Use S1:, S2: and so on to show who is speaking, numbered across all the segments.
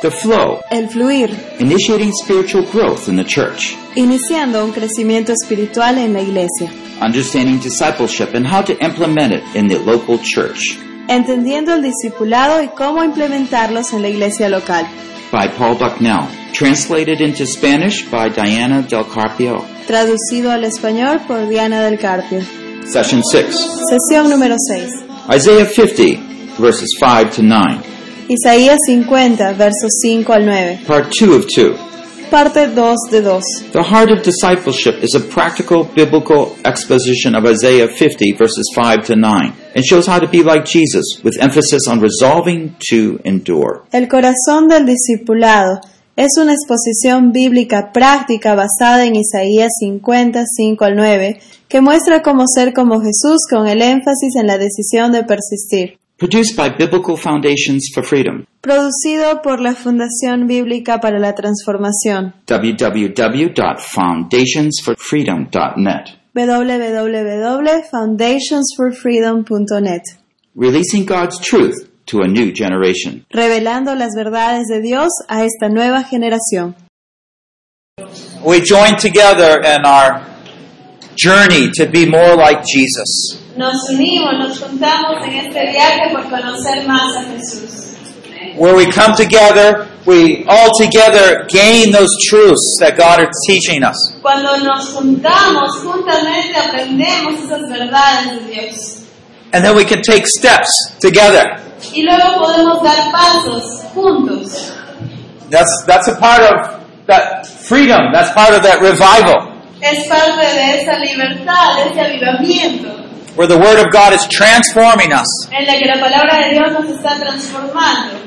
S1: the flow,
S2: el fluir,
S1: initiating spiritual growth in the church,
S2: iniciando un crecimiento espiritual en la iglesia,
S1: understanding discipleship and how to implement it in the local church
S2: entendiendo el discipulado y cómo implementarlos en la iglesia local,
S1: by Paul Bucknell, translated into Spanish by Diana Del Carpio.
S2: traducido al español por Diana del Carpio.
S1: Session 6,
S2: Sesión número 6.
S1: Isaiah 50, verses 5 to 9,
S2: Isaías 50, versos 5 al 9.
S1: part 2 of 2.
S2: Parte 2 de 2.
S1: The heart of discipleship is a practical biblical exposition of Isaiah 50 verses 5 to 9 and shows how to be like Jesus with emphasis on resolving to endure.
S2: El corazón del discipulado es una exposición bíblica práctica basada en Isaías 50, 5 al 9, que muestra cómo ser como Jesús con el énfasis en la decisión de persistir.
S1: Produced by Biblical Foundations for Freedom,
S2: Producido por la Fundación Bíblica para la Transformación.
S1: www.foundationsforfreedom.net.
S2: www.foundationsforfreedom.net,
S1: Releasing God's truth to a new generation.
S2: revelando las verdades de Dios a esta nueva generación.
S1: We join together in our journey to be more like Jesus.
S2: Nos unimos, nos juntamos en este viaje por conocer más a Jesús.
S1: where we come together, we all together gain those truths that God is teaching us.
S2: Cuando nos juntamos, juntamente aprendemos esas verdades de Dios.
S1: And then we can take steps together.
S2: Y luego podemos dar pasos juntos.
S1: That's, that's a part of that freedom. That's part of that revival
S2: Es parte de esa libertad, de ese avivamiento,
S1: where the Word of God is transforming us.
S2: en la que la palabra de Dios nos está transformando.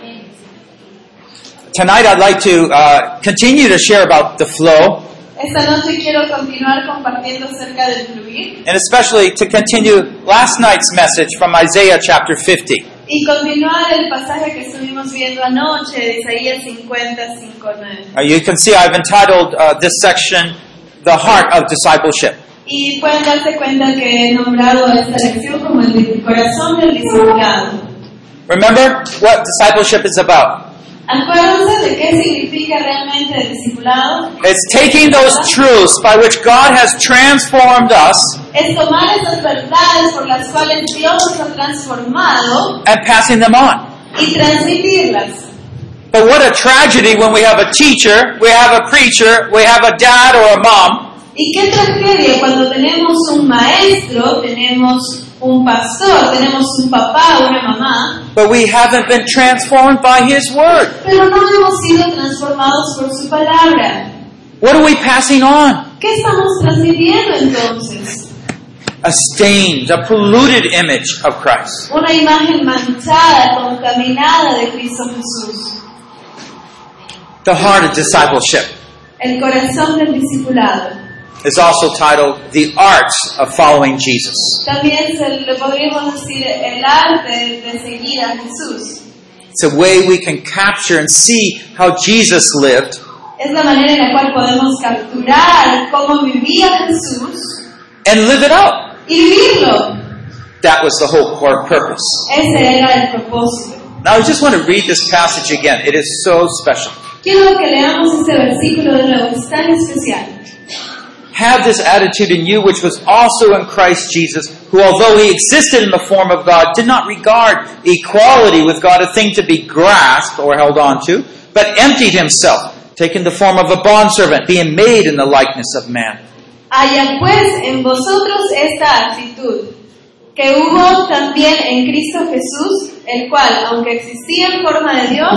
S1: Tonight I'd like to uh, continue to share about the flow
S2: Esta noche quiero continuar compartiendo acerca del fluir
S1: and especially to continue last night's message from Isaiah chapter 50.
S2: y continuar el pasaje que estuvimos viendo anoche de Isaías 50, 5, 9.
S1: Uh, you can see I've entitled uh, this section, The Heart of Discipleship.
S2: Y pueden darse cuenta que he nombrado a esta lección como el corazón del discipulado.
S1: Remember what discipleship is about.
S2: Acuérdense de qué significa realmente el discipulado.
S1: It's taking those truths by which God has transformed us
S2: Es tomar esas verdades por las cuales Dios nos ha transformado
S1: and passing them on.
S2: y transmitirlas.
S1: But what a tragedy when we have a teacher, we have a preacher, we have a dad or a mom,
S2: Y qué tragedia cuando tenemos un maestro, tenemos un pastor, tenemos un papá, una mamá,
S1: but we haven't been transformed by His Word.
S2: pero no hemos sido transformados por su palabra.
S1: What are we passing on?
S2: ¿Qué estamos transmitiendo entonces?
S1: A stained, a polluted image of Christ.
S2: Una imagen manchada, contaminada de Cristo Jesús.
S1: The heart of discipleship
S2: El corazón del discipulado.
S1: is also titled The Art of Following Jesus.
S2: También se le podríamos decir el arte de seguir a Jesús.
S1: It's a way we can capture and see how Jesus lived
S2: Es la manera en la cual podemos capturar cómo vivía Jesús
S1: and live it out.
S2: y vivirlo.
S1: That was the whole core purpose.
S2: Ese era el propósito.
S1: Now I just want to read this passage again. It is so special.
S2: Quiero que leamos este versículo de nuevo, es tan especial.
S1: Have this attitude in you which was also in Christ Jesus, who although he existed in the form of God, did not regard equality with God a thing to be grasped or held on to, but emptied himself, taking the form of a bondservant, being made in the likeness of man.
S2: Haya pues en vosotros esta actitud, que hubo también en Cristo Jesús, el cual, aunque existía en forma de Dios,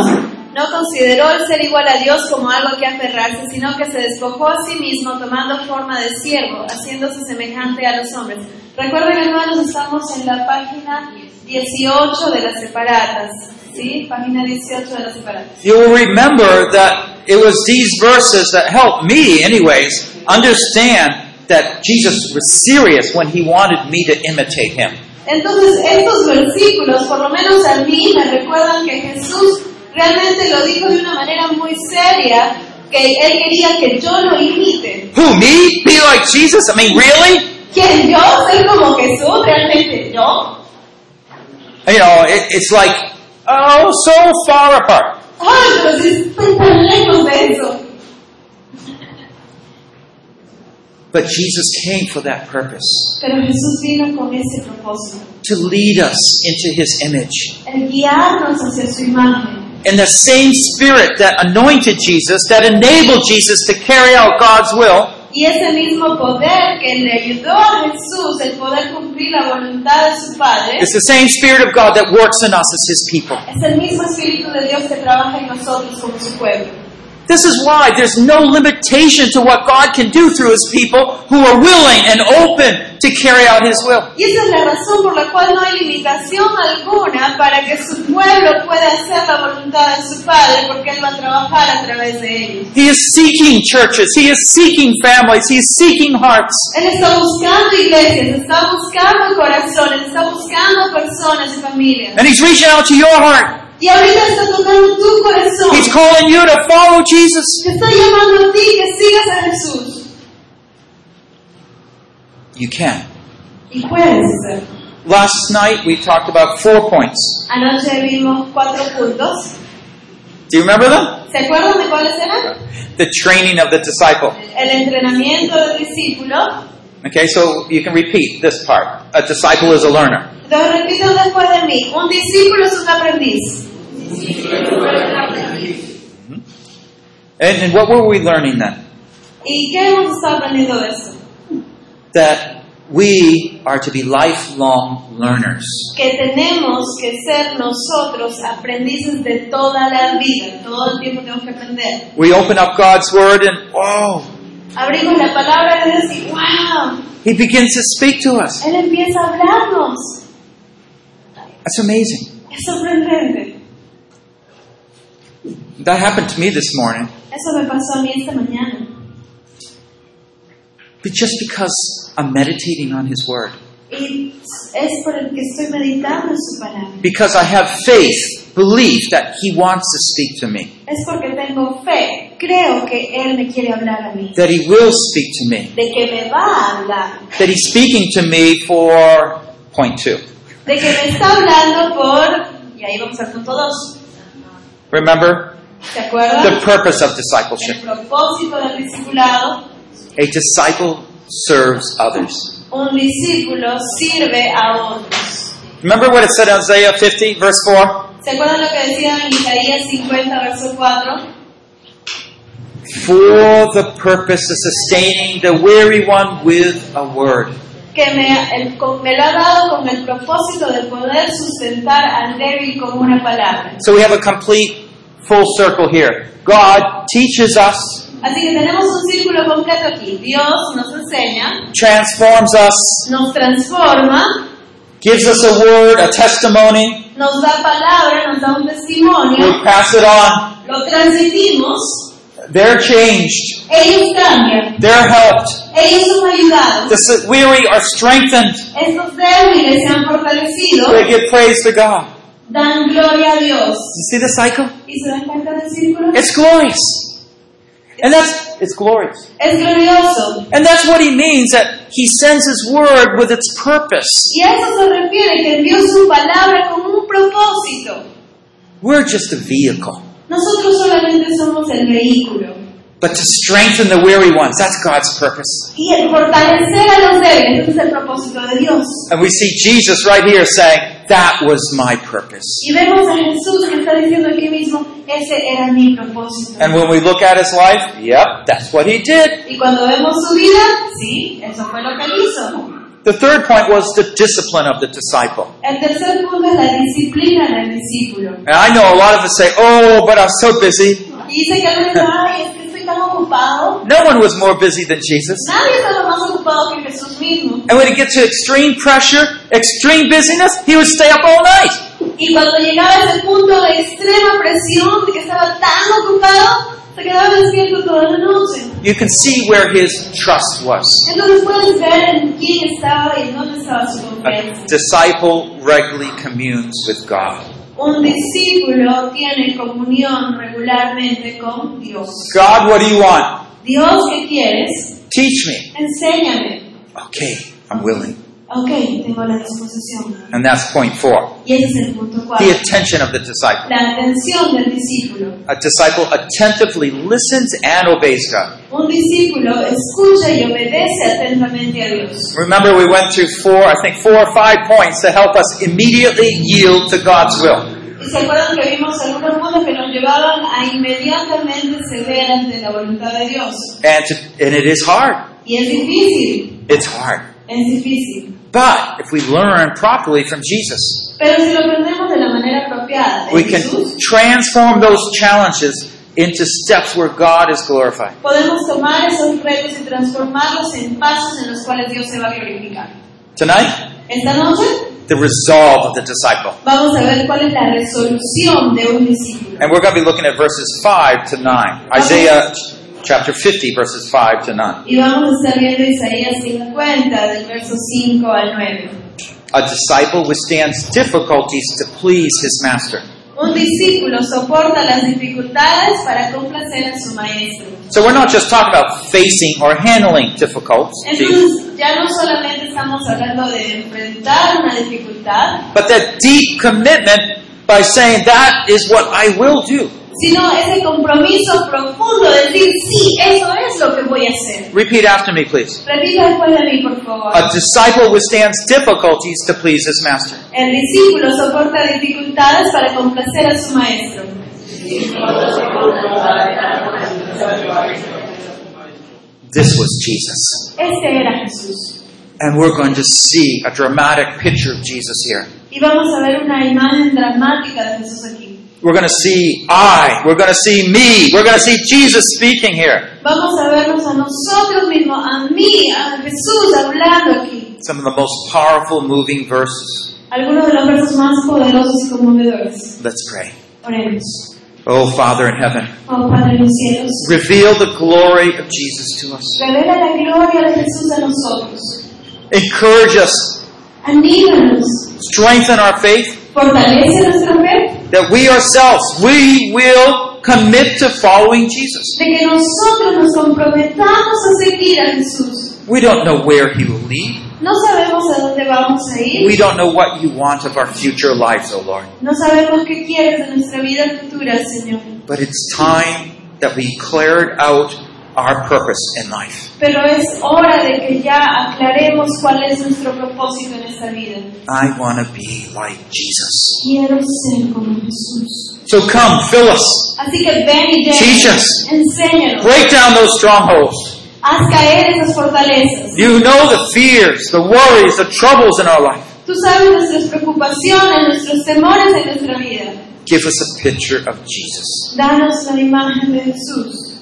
S2: no consideró el ser igual a Dios como algo que aferrarse, sino que se despojó a sí mismo tomando forma de siervo, haciéndose semejante a los hombres. Recuerden, hermanos, estamos en la página 18 de las separatas, ¿sí? Página 18 de las separatas.
S1: You will remember that it was these verses that helped me, anyways, understand that Jesus was serious when he wanted me to imitate him.
S2: Entonces, estos versículos, por lo menos a mí, me recuerdan que Jesús realmente lo dijo de una manera muy seria, que Él quería que yo lo imite.
S1: Who, me? Be like Jesus? I mean, really?
S2: ¿Quién yo? ¿Ser como Jesús? ¿Realmente yo?
S1: You know, it, it's like, oh, so far apart.
S2: ¡Ay, pero si
S1: But Jesus came for that purpose
S2: Pero Jesús vino con ese propósito,
S1: to lead us into his image.
S2: el guiarnos hacia su imagen.
S1: And the same spirit that anointed Jesus, that enabled Jesus to carry out God's will,
S2: Y ese mismo poder que le ayudó a Jesús el poder cumplir la voluntad de su Padre,
S1: is the same spirit of God that works in us as his people.
S2: es el mismo Espíritu de Dios que trabaja en nosotros como su pueblo.
S1: This is why there's no limitation to what God can do through his people who are willing and open to carry out his will.
S2: Y esa es la razón por la cual no hay limitación alguna para que su pueblo pueda hacer la voluntad de su Padre, porque Él va a trabajar a través de ellos.
S1: He is seeking churches, he is seeking families, he is seeking hearts.
S2: Él está buscando iglesias, está buscando corazones, está buscando personas y familias.
S1: And he's reaching out to your heart.
S2: Y ahorita está tocando tu corazón.
S1: He's calling you to follow Jesus.
S2: Te está llamando a ti que sigas a Jesús.
S1: You can.
S2: Y puedes hacerlo.
S1: Last night we talked about four points.
S2: Anoche vimos cuatro puntos.
S1: Do you remember them?
S2: ¿Se acuerdan de cuáles eran?
S1: The training of the disciple.
S2: El entrenamiento del discípulo.
S1: Okay, so you can repeat this part. A disciple is a learner.
S2: Lo repito después de mí. Un discípulo es un aprendiz.
S1: And, and what were we learning then?
S2: ¿Y qué hemos estado aprendiendo de eso?
S1: That we are to be lifelong learners.
S2: Que tenemos que ser nosotros aprendices de toda la vida. Todo el tiempo tenemos que aprender.
S1: We open up God's Word and, oh,
S2: Abrimos la palabra de Dios y ¡wow!
S1: He begins to speak to us.
S2: Él empieza a hablarnos.
S1: That's amazing.
S2: Es sorprendente.
S1: That happened to me this morning.
S2: Eso me pasó a mí esta mañana.
S1: But just because I'm meditating on His Word,
S2: Y es por el que estoy meditando en su palabra.
S1: because I have faith, belief that He wants to speak to me,
S2: Es porque tengo fe. Creo que Él me quiere hablar a mí.
S1: that He will speak to me,
S2: De que me va a hablar.
S1: that He's speaking to me for point two.
S2: De que me está hablando por... Y ahí vamos al punto 2.
S1: Remember
S2: ¿Se
S1: the
S2: acuerdan?
S1: purpose of
S2: El
S1: discipleship.
S2: propósito del discipulado.
S1: A disciple serves others.
S2: Un discípulo sirve a otros.
S1: Remember what it said in Isaiah 50, verse 4?
S2: ¿Se acuerdan lo que decía en Isaías 50, verso 4?
S1: for the purpose of sustaining the weary one with a word.
S2: Que me, el- con- me lo ha dado con el propósito de poder sustentar al débil con una palabra.
S1: So we have a complete full circle here. God teaches us,
S2: Así que tenemos un círculo completo aquí. Dios nos enseña,
S1: transforms us,
S2: nos transforma,
S1: gives us a word, a testimony.
S2: nos da palabra, nos da un
S1: We
S2: testimonio,
S1: pass it on.
S2: lo transitimos,
S1: They're changed.
S2: ellos cambian,
S1: They're helped.
S2: ellos son ayudados,
S1: The s- weary are strengthened.
S2: estos débiles se han fortalecido,
S1: They give praise to God.
S2: dan gloria a Dios.
S1: You see the cycle?
S2: ¿Y se dan cuenta del círculo?
S1: It's glorious. And that's, it's glorious.
S2: Es glorioso.
S1: And that's what he means that he sends his word with its purpose.
S2: Y a eso se refiere que envió su palabra con un propósito.
S1: We're just a vehicle.
S2: Nosotros solamente somos el vehículo.
S1: But to strengthen the weary ones, that's God's purpose.
S2: Y el fortalecer a los débiles, ese es el propósito de Dios.
S1: And we see Jesus right here saying, That was my purpose.
S2: Y vemos a Jesús que está diciendo aquí mismo, ese era mi propósito.
S1: And when we look at his life, yep, that's what he did.
S2: Y cuando vemos su vida, sí, eso fue lo que él hizo.
S1: The third point was the discipline of the disciple.
S2: El tercer punto es la disciplina del discípulo.
S1: And I know a lot of us say, Oh, but I'm so busy.
S2: Y dice que algunos dicen, ay, es que estoy tan ocupado.
S1: No one was more busy than Jesus.
S2: Nadie estaba más ocupado que Jesús mismo.
S1: And when it gets to extreme pressure, extreme busyness, he would stay up all night.
S2: Y cuando llegaba a ese punto de extrema presión, de que estaba tan ocupado, se quedaba despierto toda la noche.
S1: You can see where his trust was.
S2: Entonces puedes ver en quién estaba y en dónde estaba su confianza.
S1: A disciple regularly communes with God.
S2: Un discípulo tiene comunión regularmente con Dios.
S1: God, what do you want?
S2: Dios, ¿qué quieres?
S1: Teach me.
S2: Enséñame.
S1: Okay, I'm willing.
S2: Ok, tengo la disposición.
S1: And that's point four.
S2: Y ese es el punto cuatro.
S1: The attention of the disciple.
S2: La atención del discípulo.
S1: A disciple attentively listens and obeys God.
S2: Un discípulo escucha y obedece atentamente a Dios.
S1: Remember, we went through four, I think four or five points to help us immediately yield to God's will.
S2: Y se acuerdan que vimos algunos puntos que nos llevaban a inmediatamente ceder ante la voluntad de Dios.
S1: And, to, and it is hard.
S2: Y es difícil,
S1: It's hard.
S2: es difícil.
S1: But if we learn properly from Jesus,
S2: Pero si lo aprendemos de la manera apropiada,
S1: we
S2: en
S1: can
S2: Jesús,
S1: transform those challenges into steps where God is glorified.
S2: podemos tomar esos retos y transformarlos en pasos en los cuales Dios se va a glorificar.
S1: Tonight,
S2: Esta noche
S1: the resolve of the disciple.
S2: vamos a ver cuál es la resolución de un discípulo.
S1: And we're going to be looking at verses 5 to 9. Isaiah chapter 50, verses 5 to 9.
S2: Y vamos a estar viendo Isaías 50, del verso 5 al 9.
S1: A disciple withstands difficulties to please his master.
S2: Un discípulo soporta las dificultades para complacer a su maestro.
S1: So we're not just talking about facing or handling difficulties,
S2: Entonces, ya no solamente estamos hablando de enfrentar una dificultad,
S1: but that deep commitment by saying, That is what I will do.
S2: sino ese compromiso profundo de decir, sí, eso es lo que voy a hacer.
S1: Repeat after me, please.
S2: Repita después de mí, por favor.
S1: A disciple withstands difficulties to please his master.
S2: El discípulo soporta dificultades para complacer a su maestro.
S1: This was Jesus.
S2: Este era Jesús.
S1: And we're going to see a dramatic picture of Jesus here.
S2: Y vamos a ver una imagen dramática de Jesús aquí.
S1: We're going to see I. We're going to see me. We're going to see Jesus speaking here.
S2: Vamos a vernos a nosotros mismos, a mí, a Jesús hablando aquí.
S1: Some of the most powerful moving verses.
S2: Algunos de los versos más poderosos y conmovedores.
S1: Let's pray.
S2: Oremos.
S1: Oh, Father in heaven,
S2: Oh Padre en los cielos,
S1: reveal the glory of Jesus to us.
S2: revela la gloria de Jesús a nosotros.
S1: Encourage us.
S2: Anímanos,
S1: Strengthen our faith
S2: fortalece nuestra fe
S1: that we ourselves, we will commit to following Jesus.
S2: de que nosotros nos comprometamos a seguir a Jesús.
S1: We don't know where He will lead.
S2: No sabemos a dónde vamos a ir.
S1: We don't know what you want of our future lives, oh Lord.
S2: No sabemos qué quieres de nuestra vida futura, Señor.
S1: But it's time that we cleared out our purpose in life.
S2: Pero es hora de que ya aclaremos cuál es nuestro propósito en esta vida.
S1: I want to be like Jesus.
S2: Quiero ser como Jesús.
S1: So come, fill us.
S2: Así que ven y
S1: Teach
S2: llévanos.
S1: us.
S2: Enséñanos.
S1: Break down those strongholds.
S2: Haz caer esas fortalezas.
S1: You know the fears, the worries, the troubles in our life.
S2: Tú sabes nuestras preocupaciones, nuestros temores de nuestra vida.
S1: Give us a picture of Jesus.
S2: Danos la imagen de Jesús.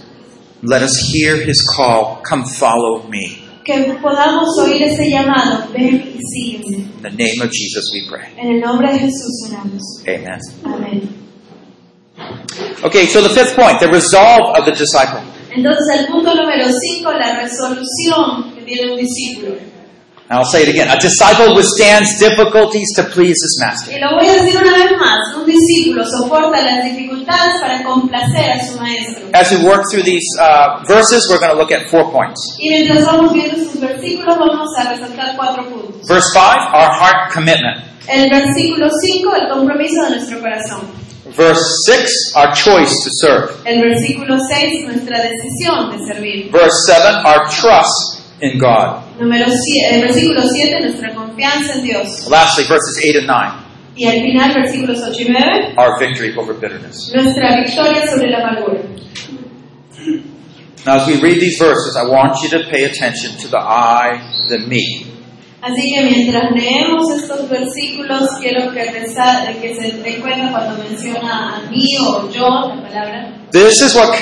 S1: Let us hear his call. Come follow me.
S2: Que podamos oír ese llamado. Ven y sígueme.
S1: In the name of Jesus we pray.
S2: En el nombre de Jesús oramos.
S1: Amen.
S2: Amén.
S1: Okay, so the fifth point, the resolve of the disciple.
S2: Entonces, el punto número 5, la resolución que tiene un discípulo.
S1: And I'll say it again. A disciple withstands difficulties to please his master.
S2: Y lo voy a decir una vez más, un discípulo soporta las dificultades para complacer a su maestro.
S1: As we work through these uh, verses, we're going to look at four points.
S2: Y mientras vamos viendo estos versículos, vamos a resaltar cuatro puntos.
S1: Verse 5, our heart commitment.
S2: El versículo 5, el compromiso de nuestro corazón.
S1: Verse 6, our choice to serve.
S2: El versículo 6, nuestra decisión de servir.
S1: Verse 7, our trust in God.
S2: Número si- el versículo 7, nuestra confianza en Dios.
S1: Lastly, verses 8 and 9,
S2: Y al final, versículos 8 y 9,
S1: our victory over bitterness.
S2: nuestra victoria sobre la amargura.
S1: Now, as we read these verses, I want you to pay attention to the I, the me.
S2: Así que mientras leemos estos versículos, quiero que, reza- que se den cuenta cuando menciona a mí o yo la palabra.
S1: This is what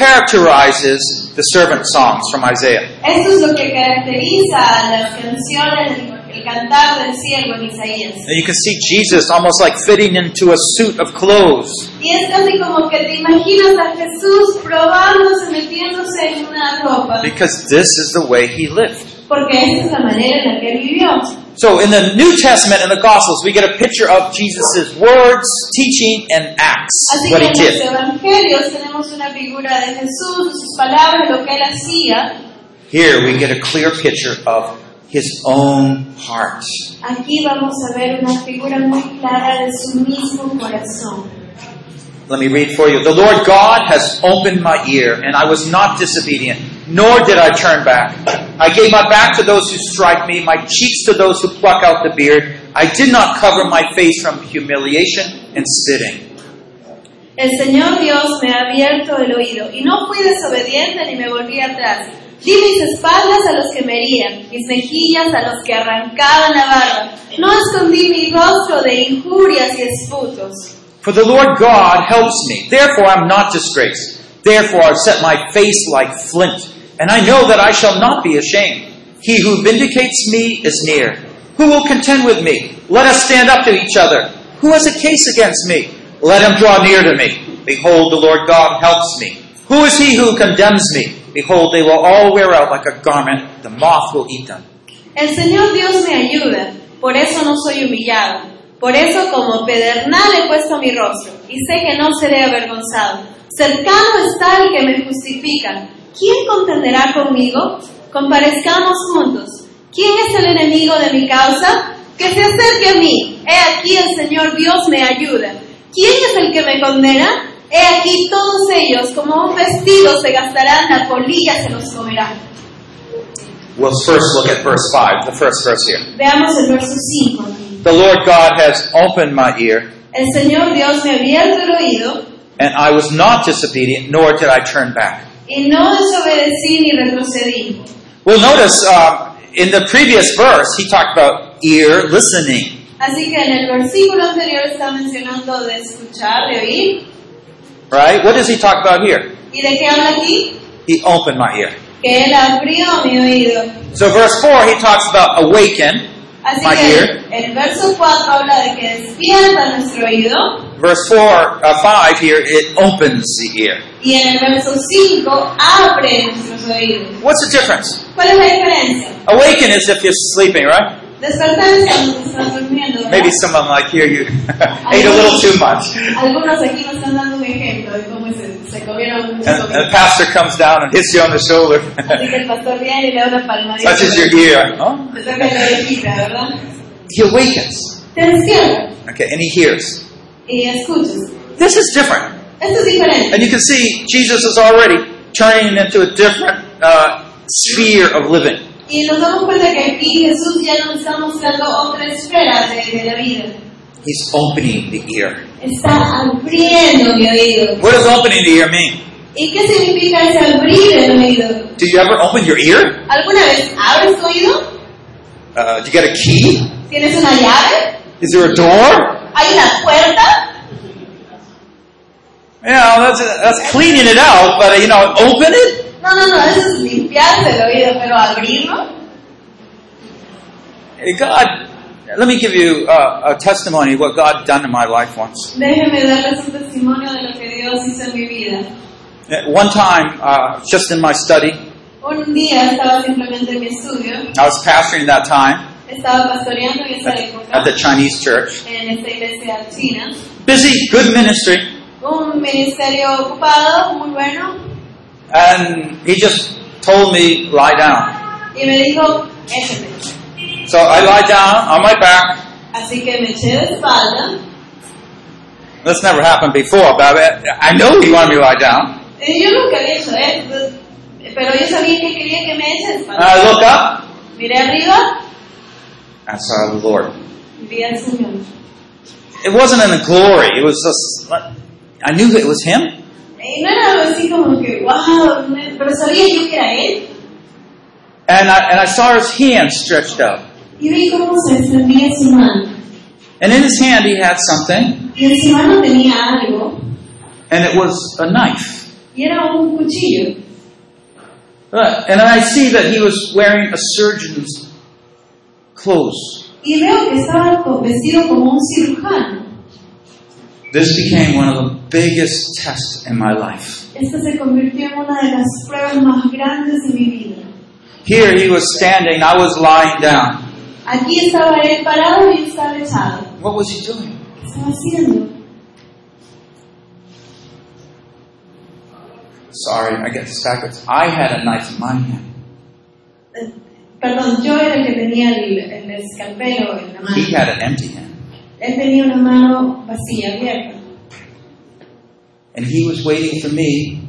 S1: characterizes the servant songs from Isaiah.
S2: Esto es lo que caracteriza a las canciones, el cantar del cielo en Isaías.
S1: And you can see Jesus almost like fitting into a suit of clothes.
S2: Y es casi como que te imaginas a Jesús probándose, metiéndose en una ropa,
S1: Because this is the way he lived.
S2: porque esa es la manera en la que él vivió.
S1: So in the New Testament and the Gospels, we get a picture of Jesus' words, teaching, and acts.
S2: Así
S1: What
S2: que
S1: he
S2: en
S1: did.
S2: los evangelios tenemos una figura de Jesús, sus palabras, lo que él hacía,
S1: Here we get a clear picture of his own heart.
S2: Aquí vamos a ver una figura muy clara de su mismo corazón.
S1: Let me read for you. The Lord God has opened my ear, and I was not disobedient, nor did I turn back. I gave my back to those who strike me, my cheeks to those who pluck out the beard. I did not cover my face from humiliation and sitting.
S2: El Señor Dios me ha abierto el oído y no fui desobediente ni me volví atrás. Di mis espaldas a los que me herían, mis mejillas a los que arrancaban la barba. No escondí mi rostro de injurias y esputos.
S1: For the Lord God helps me, therefore I'm not disgraced. Therefore I've set my face like flint, and I know that I shall not be ashamed. He who vindicates me is near. Who will contend with me? Let us stand up to each other. Who has a case against me? Let him draw near to me. Behold, the Lord God helps me. Who is he who condemns me? Behold, they will all wear out like a garment, the moth will eat them.
S2: El Señor Dios me ayuda, por eso no soy humillado. Por eso como pedernal he puesto mi rostro, y sé que no seré avergonzado. Cercano está el que me justifica. ¿Quién contenderá conmigo? Comparezcamos juntos. ¿Quién es el enemigo de mi causa? Que se acerque a mí. He aquí el Señor Dios me ayuda. ¿Quién es el que me condena? He aquí todos ellos, como un vestido, se gastarán, la polilla se los comerá.
S1: We'll first look at verse 5, the first verse here.
S2: Veamos el verso 5.
S1: The Lord God has opened my ear,
S2: El Señor Dios me ha abierto el oído
S1: and I was not disobedient, nor did I turn back.
S2: y no desobedecí ni retrocedí.
S1: Well, notice um, in the previous verse, he talked about ear listening,
S2: Así que en el versículo anterior está mencionando de escuchar, de oír.
S1: right? What does he talk about here?
S2: ¿Y de qué habla aquí?
S1: He opened my ear.
S2: Que Él abrió mi oído.
S1: So, verse 4, he talks about awaken.
S2: Así
S1: My
S2: que
S1: ear.
S2: el, el verso 4 habla de que despierta nuestro oído
S1: Verse 4, uh, 5 here, it opens the ear.
S2: y en el verso 5 abre nuestros oídos.
S1: What's the difference?
S2: ¿Cuál es la diferencia?
S1: Awaken is if you're sleeping, right?
S2: Despertar es cuando te estás durmiendo. ¿verdad?
S1: Maybe someone like here, you ate a little too much.
S2: Algunos aquí nos están dando un ejemplo de cómo se, se comieron muchos
S1: And, and the
S2: comidos.
S1: pastor comes down and hits you on the shoulder,
S2: Así que el pastor viene y le da una palmadita.
S1: touches your ear. Oh.
S2: Te toca la orejita, ¿verdad?
S1: He awakens.
S2: Te despiertas
S1: Okay, and he hears.
S2: y escuchas.
S1: This is different.
S2: Esto es diferente.
S1: And you can see Jesus is already turning into a different uh, sphere of living.
S2: Y nos damos cuenta que aquí Jesús ya nos está mostrando otra esfera de, de la vida.
S1: He's opening the ear.
S2: Está abriendo mi oído.
S1: What does opening the ear mean?
S2: ¿Y qué significa ese abrir el oído?
S1: Do you ever open your ear?
S2: ¿Alguna vez abres tu oído?
S1: Uh, do you get a key?
S2: ¿Tienes una llave?
S1: Is there a door?
S2: ¿Hay una puerta?
S1: Yeah, that's, that's cleaning it out, but uh, you know, open it?
S2: No, no, no, eso es limpiarse el oído, pero abrirlo.
S1: God, let me give you uh, a testimony of what God done in my life once.
S2: Déjeme darles un testimonio de lo que Dios hizo en mi vida.
S1: At one time, uh, just in my study,
S2: Un día estaba simplemente en mi estudio,
S1: I was pastoring that time
S2: estaba pastoreando en esa época.
S1: at the Chinese church.
S2: en esta iglesia china.
S1: Busy, good ministry,
S2: Un ministerio ocupado, muy bueno,
S1: and he just told me lie down.
S2: y me dijo, échate.
S1: So I lie down on my back.
S2: Así que me eché de espalda,
S1: That's never happened before, but I, I know he wanted me to lie down.
S2: y yo nunca había hecho esto, pero yo sabía que quería que me eche de
S1: And I
S2: espalda.
S1: look up
S2: Miré arriba,
S1: and saw the Lord.
S2: vi al Señor.
S1: It wasn't in the glory. It was just like- I knew it was him.
S2: Y no era algo así como que, wow, me- pero sabía yo que era Él.
S1: And I, and I saw his hand stretched out.
S2: Y vi cómo se extendía su mano.
S1: And in his hand he had something,
S2: Y en su mano tenía algo,
S1: and it was a knife.
S2: y era un cuchillo.
S1: Right. And I see that he was wearing a surgeon's clothes.
S2: Y veo que estaba co- vestido como un cirujano.
S1: This became one of the biggest tests in my life.
S2: Esta se convirtió en una de las pruebas más grandes de mi vida.
S1: Here he was standing, I was lying down.
S2: Aquí estaba él parado y yo estaba echado.
S1: What was he doing?
S2: ¿Qué estaba haciendo?
S1: Sorry, I get backwards. I had a knife in my hand.
S2: Eh, Perdón, yo era el que tenía el, el escalpelo en la mano.
S1: He had an empty hand.
S2: Él tenía una mano vacía, abierta.
S1: And he was waiting for me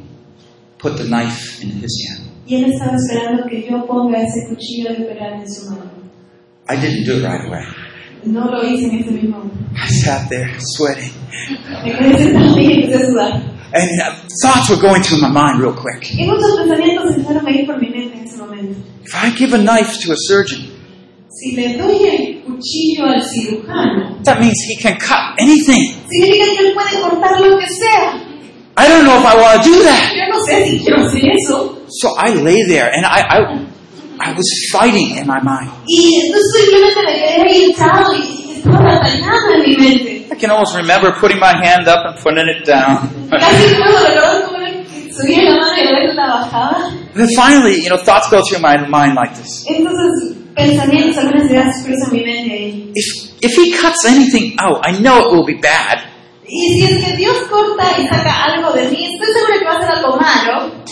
S1: put the knife in his hand.
S2: Y él estaba esperando que yo ponga ese cuchillo de pelar en su mano.
S1: I didn't do it right away.
S2: No lo hice en ese mismo momento.
S1: I sat there sweating.
S2: Me quedé sentado y empecé a sudar.
S1: And uh, thoughts were going through my mind real quick.
S2: Y muchos pensamientos empezaron a ir por mi mente en ese momento.
S1: If I give a knife to a surgeon,
S2: Si le doy el cuchillo al cirujano,
S1: that means he can cut anything.
S2: significa que él puede cortar lo que sea.
S1: I don't know if I want to do that.
S2: Yo no sé si quiero hacer eso.
S1: So I lay there and I, I, I was fighting in my mind.
S2: Y entonces simplemente me quedé ahí echado y estaba batallando en mi mente.
S1: I can almost remember putting my hand up and putting it down.
S2: Casi puedo lograr como era que subía la mano y a veces la bajaba.
S1: then finally, you know, thoughts go through my mind like this.
S2: Entonces, pensamientos, algunas ideas cruzan mi mente ahí.
S1: If, if he cuts anything out, I know it will be bad.
S2: Y si es que Dios corta y saca algo de mí, estoy segura que va a ser algo malo,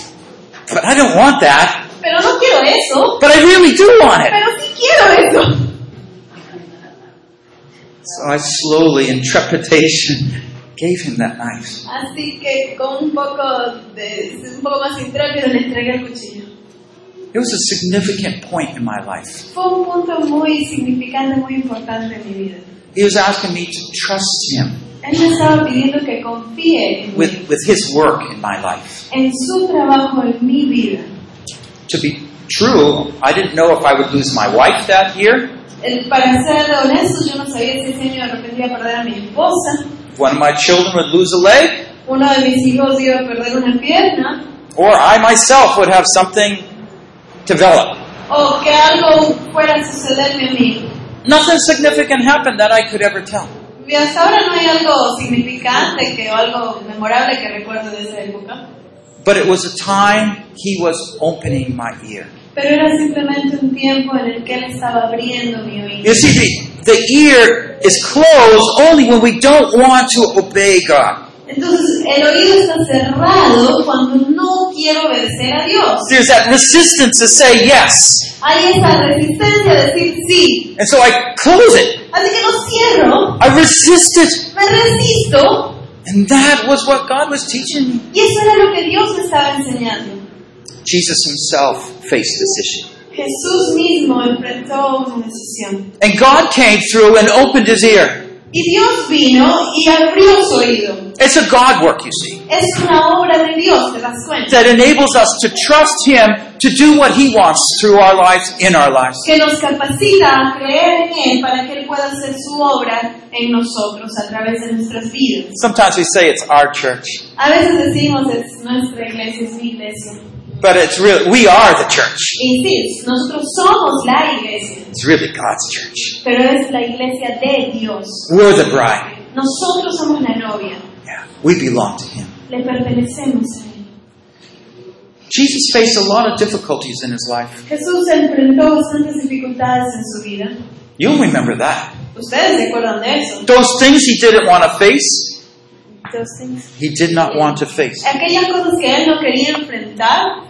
S1: But I don't want that.
S2: pero no quiero eso,
S1: But I really do want it.
S2: pero sí quiero eso.
S1: So I slowly, in trepidation, gave him that knife.
S2: Así que con un poco de, un poco más intrépido le entregué el cuchillo.
S1: It was a significant point in my life.
S2: Fue un punto muy significante, muy importante en mi vida.
S1: He was asking me to trust him
S2: Él me estaba pidiendo que confíe en, mí,
S1: with, with his work in my life.
S2: en su trabajo, en mi vida.
S1: To be true, I didn't know if I would lose my wife that year.
S2: El- para ser honestos, yo no sabía si ese año de repente iba a perder a mi esposa.
S1: One of my children would lose a leg,
S2: Uno de mis hijos iba a perder una pierna.
S1: or I myself would have something develop.
S2: O que algo fuera a sucederme a mí.
S1: Nothing significant happened that I could ever tell.
S2: Y hasta ahora no hay algo significante que, o algo memorable que recuerdo de esa época.
S1: But it was a time he was opening my ear.
S2: Pero era simplemente un tiempo en el que él estaba abriendo mi oído.
S1: You see, the, the ear is closed only when we don't want to obey God.
S2: Entonces, el oído está cerrado cuando no quiero obedecer a Dios.
S1: There's that resistance to say yes.
S2: Hay esa resistencia a decir sí.
S1: And so I close it.
S2: Así que lo cierro,
S1: I resist it.
S2: me resisto,
S1: And that was what God was teaching me.
S2: y eso era lo que Dios me estaba enseñando.
S1: Jesus himself faced this issue.
S2: Jesús mismo enfrentó una decisión.
S1: And God came through and opened his ear.
S2: Y Dios vino y abrió su oído.
S1: It's a God work, you see,
S2: Es una obra de Dios, ¿te das cuenta?
S1: that enables us to trust him to do what he wants through our lives, in our lives.
S2: que nos capacita a creer en Él para que Él pueda hacer su obra en nosotros a través de nuestras vidas.
S1: Sometimes we say it's our church,
S2: A veces decimos es nuestra iglesia, es mi iglesia.
S1: but it's really, we are the church.
S2: Y sí, nosotros somos la iglesia,
S1: It's really God's church.
S2: pero es la iglesia de Dios.
S1: We're the bride.
S2: Nosotros somos la novia,
S1: Yeah, we belong to him.
S2: le pertenecemos a Él.
S1: Jesus faced a lot of difficulties in his life.
S2: Jesús enfrentó bastantes dificultades en su vida.
S1: You'll remember that.
S2: Ustedes se acuerdan de eso.
S1: Those things he didn't want to face,
S2: Entonces,
S1: he did not want to face.
S2: aquellas cosas que Él no quería enfrentar,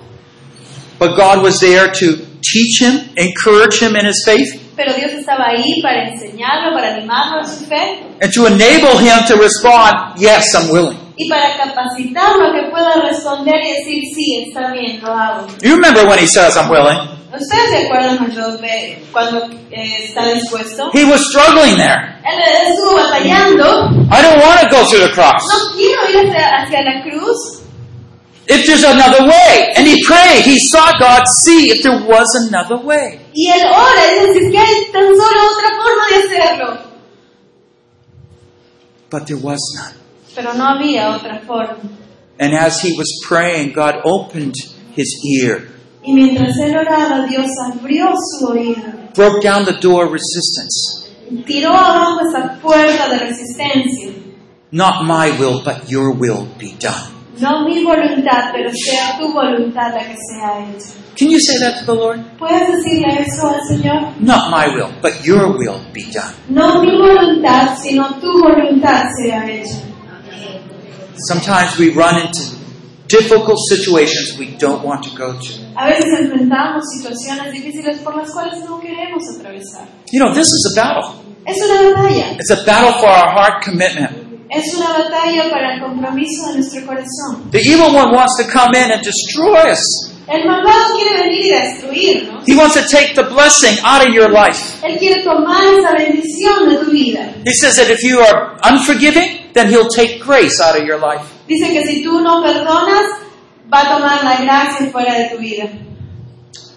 S1: But God was there to teach him, encourage him in his faith,
S2: Pero Dios estaba ahí para enseñarlo, para animarlo a su fe
S1: and to enable him to respond, yes, I'm willing.
S2: y para capacitarlo a que pueda responder y decir, sí, está bien, lo hago.
S1: You remember when he says, I'm willing?
S2: ¿Ustedes se acuerdan cuando, ve- cuando eh, está dispuesto?
S1: He was struggling there.
S2: Él estuvo batallando,
S1: I don't want to go through the cross.
S2: no quiero ir hacia, hacia la cruz,
S1: If there's another way. And he prayed. He sought God, see if there was another way.
S2: y él ora, y dice, "Si es que hay tan solo otra forma de hacerlo.
S1: But there was none.
S2: Pero no había otra forma.
S1: And as he was praying, God opened his ear,
S2: Y mientras él oraba, Dios abrió su oído,
S1: broke down the door of resistance.
S2: tiró abajo esa puerta de resistencia.
S1: Not my will, but your will be done.
S2: No mi voluntad, pero sea tu voluntad la que sea hecha.
S1: Can you say that to the Lord?
S2: ¿Puedes decirle eso al Señor?
S1: Not my will, but your will be done.
S2: No mi voluntad, sino tu voluntad sea hecha.
S1: Sometimes we run into difficult situations we don't want to go to.
S2: A veces enfrentamos situaciones difíciles por las cuales no queremos atravesar.
S1: You know, this is a battle.
S2: Es una batalla.
S1: It's a battle for our heart commitment.
S2: Es una batalla para el compromiso de nuestro corazón.
S1: The evil one wants to come in and destroy us.
S2: El malvado quiere venir y destruirnos.
S1: He wants to take the blessing out of your life.
S2: Él quiere tomar esa bendición de tu vida.
S1: He says that if you are unforgiving, then he'll take grace out of your life.
S2: Dice que si tú no perdonas, va a tomar la gracia fuera de tu vida.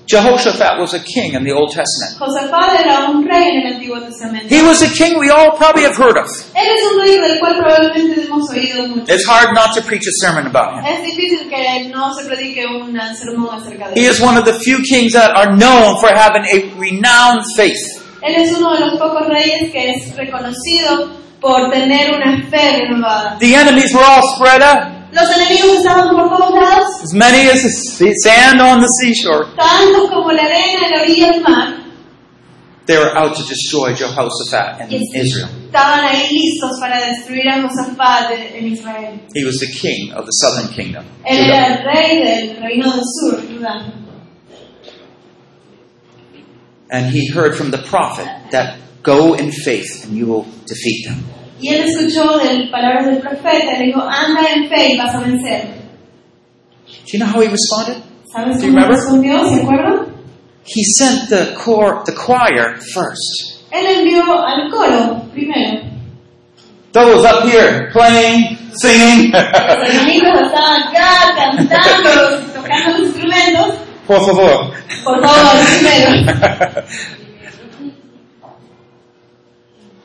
S1: Jehoshaphat was a king in the Old Testament.
S2: Josafat era un rey en el Antiguo Testamento.
S1: He was a king we all probably have heard of.
S2: Él es un rey del cual probablemente hemos oído mucho.
S1: It's hard not to preach a sermon about him.
S2: Es difícil que no se predique un sermón acerca de
S1: He
S2: él.
S1: is one of the few kings that are known for having a renowned faith.
S2: Él es uno de los pocos reyes que es reconocido por tener una fe renovada.
S1: The enemies were all spread out,
S2: Los enemigos estaban por todos lados,
S1: as many as the sand on the seashore.
S2: tantos como la arena en la orilla del mar,
S1: They were out to destroy Jehoshaphat and
S2: y
S1: Israel.
S2: estaban ahí listos para destruir a Josafat de- en Israel.
S1: He was the king of the southern kingdom.
S2: Él era el rey del reino del sur, Judá.
S1: And he heard from the prophet that go in faith and you will defeat them.
S2: Y él escuchó de palabras del profeta y le dijo, anda en fe y vas a vencer.
S1: Do you know how he responded?
S2: ¿Sabes
S1: Do you
S2: cómo
S1: remember?
S2: respondió? ¿Se acuerdan?
S1: He sent the cor- the choir first.
S2: Él envió al coro primero.
S1: Those up here playing, singing.
S2: Los enemigos estaban acá cantando, tocando los instrumentos.
S1: Por favor.
S2: Por favor, primero.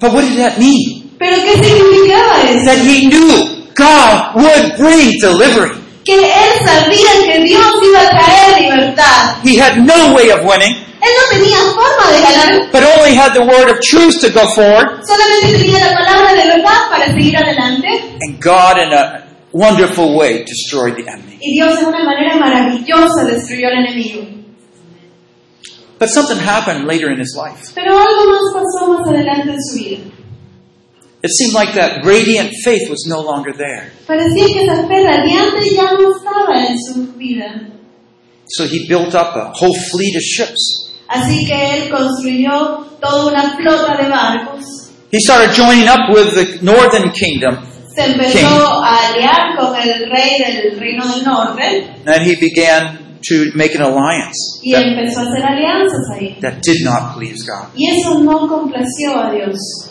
S1: But what did that mean?
S2: ¿Pero qué significaba eso?
S1: That he knew God would bring delivery.
S2: Que él sabía que Dios iba a traer libertad.
S1: He had no way of winning,
S2: Él no tenía forma de ganar,
S1: but only had the word of truth to go forward.
S2: solamente tenía la palabra de verdad para seguir adelante.
S1: And God, in a wonderful way, destroyed the enemy.
S2: Y Dios de una manera maravillosa destruyó al enemigo.
S1: But something happened later in his life.
S2: Pero algo más pasó más adelante en su vida.
S1: It seemed like that radiant faith was no longer there.
S2: Parecía que esa fe radiante ya no estaba en su vida.
S1: So he built up a whole fleet of ships.
S2: Así que él construyó toda una flota de barcos
S1: He started joining up with the northern kingdom
S2: se
S1: King.
S2: empezó a aliar con el rey del reino del norte
S1: and he began to make an alliance
S2: y
S1: that,
S2: empezó a hacer alianzas ahí.
S1: that did not please God.
S2: Y eso no complació a Dios.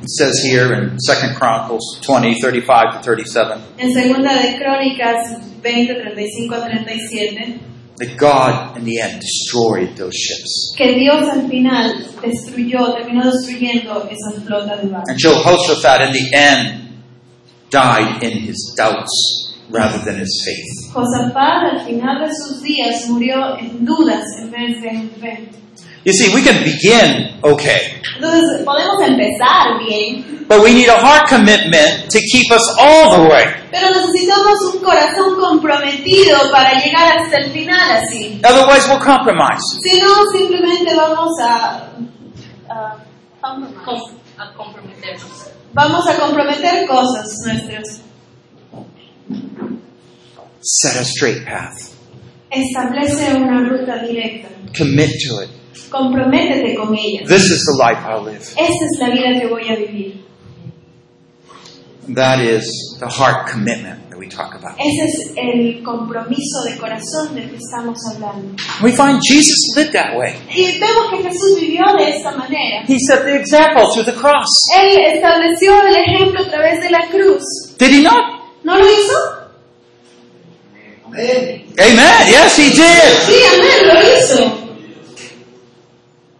S1: It says here in 2 Chronicles 20, 35 to 37,
S2: En segunda de Crónicas 20, 35 a 37,
S1: that God in the end destroyed those ships.
S2: que Dios al final destruyó, terminó destruyendo esa flota de barcos.
S1: And Jehoshaphat in the end died in his doubts rather than his faith.
S2: Josafat al final de sus días murió en dudas en vez de en fe.
S1: You see, we can begin okay.
S2: Entonces podemos empezar bien,
S1: But we need a heart commitment to keep us all the way.
S2: pero necesitamos un corazón comprometido para llegar hasta el final así.
S1: Otherwise, we'll compromise.
S2: Si no, simplemente vamos a, a-
S3: Com- a comprometernos.
S2: vamos a comprometer cosas nuestras.
S1: Set a straight path.
S2: Establece una ruta directa.
S1: Commit to it.
S2: Comprométete con ella.
S1: This is the life I live.
S2: Esta es la vida que voy a vivir.
S1: That is the heart commitment that we talk about.
S2: Ese es el compromiso de corazón del que estamos hablando.
S1: We find Jesus lived that way.
S2: Y vemos que Jesús vivió de esta manera.
S1: He set the example through the cross.
S2: Él estableció el ejemplo a través de la cruz.
S1: Did he not?
S2: ¿No lo hizo?
S1: Amen. Yes, he did.
S2: Sí, amén, lo hizo.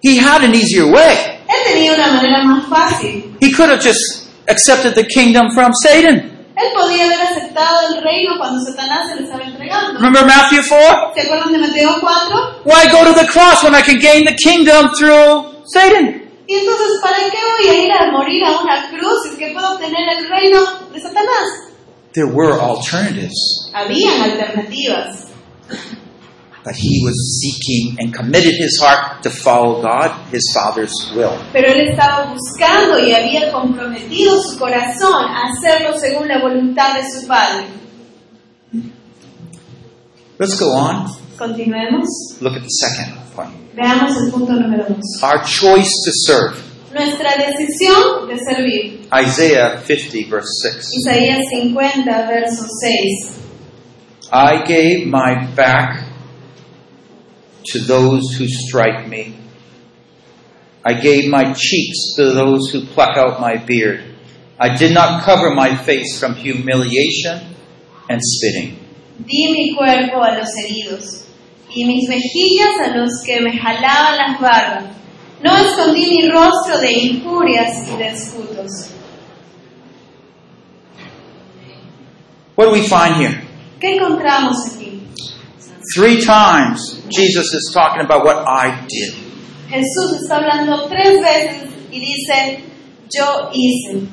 S1: He had an easier way.
S2: Él tenía una manera más fácil.
S1: He could have just accepted the kingdom from Satan.
S2: Él podía haber aceptado el reino cuando Satanás se le estaba entregando.
S1: Remember Matthew 4?
S2: ¿Se acuerdan de Mateo 4?
S1: Why go to the cross when I can gain the kingdom through Satan?
S2: Y entonces, ¿para qué voy a ir a morir a una cruz si es que puedo obtener el reino de Satanás?
S1: There were alternatives.
S2: Habían alternativas.
S1: But he was seeking and committed his heart to follow God, his Father's will.
S2: Pero él estaba buscando y había comprometido su corazón a hacerlo según la voluntad de su padre.
S1: Let's go on.
S2: Continuemos.
S1: Look at the second point.
S2: Veamos el punto número dos.
S1: Our choice to serve.
S2: Nuestra decisión de servir.
S1: Isaiah 50, verse 6.
S2: Isaías 50, verso 6.
S1: I gave my back to those who strike me. I gave my cheeks to those who pluck out my beard. I did not cover my face from humiliation and spitting.
S2: Di mi cuerpo a los heridos y mis mejillas a los que me jalaban las barbas. No escondí mi rostro de injurias y de escudos.
S1: What do we find here?
S2: ¿Qué encontramos aquí?
S1: Three times Jesus is talking about what I did.
S2: Jesús está hablando tres veces y dice, yo hice.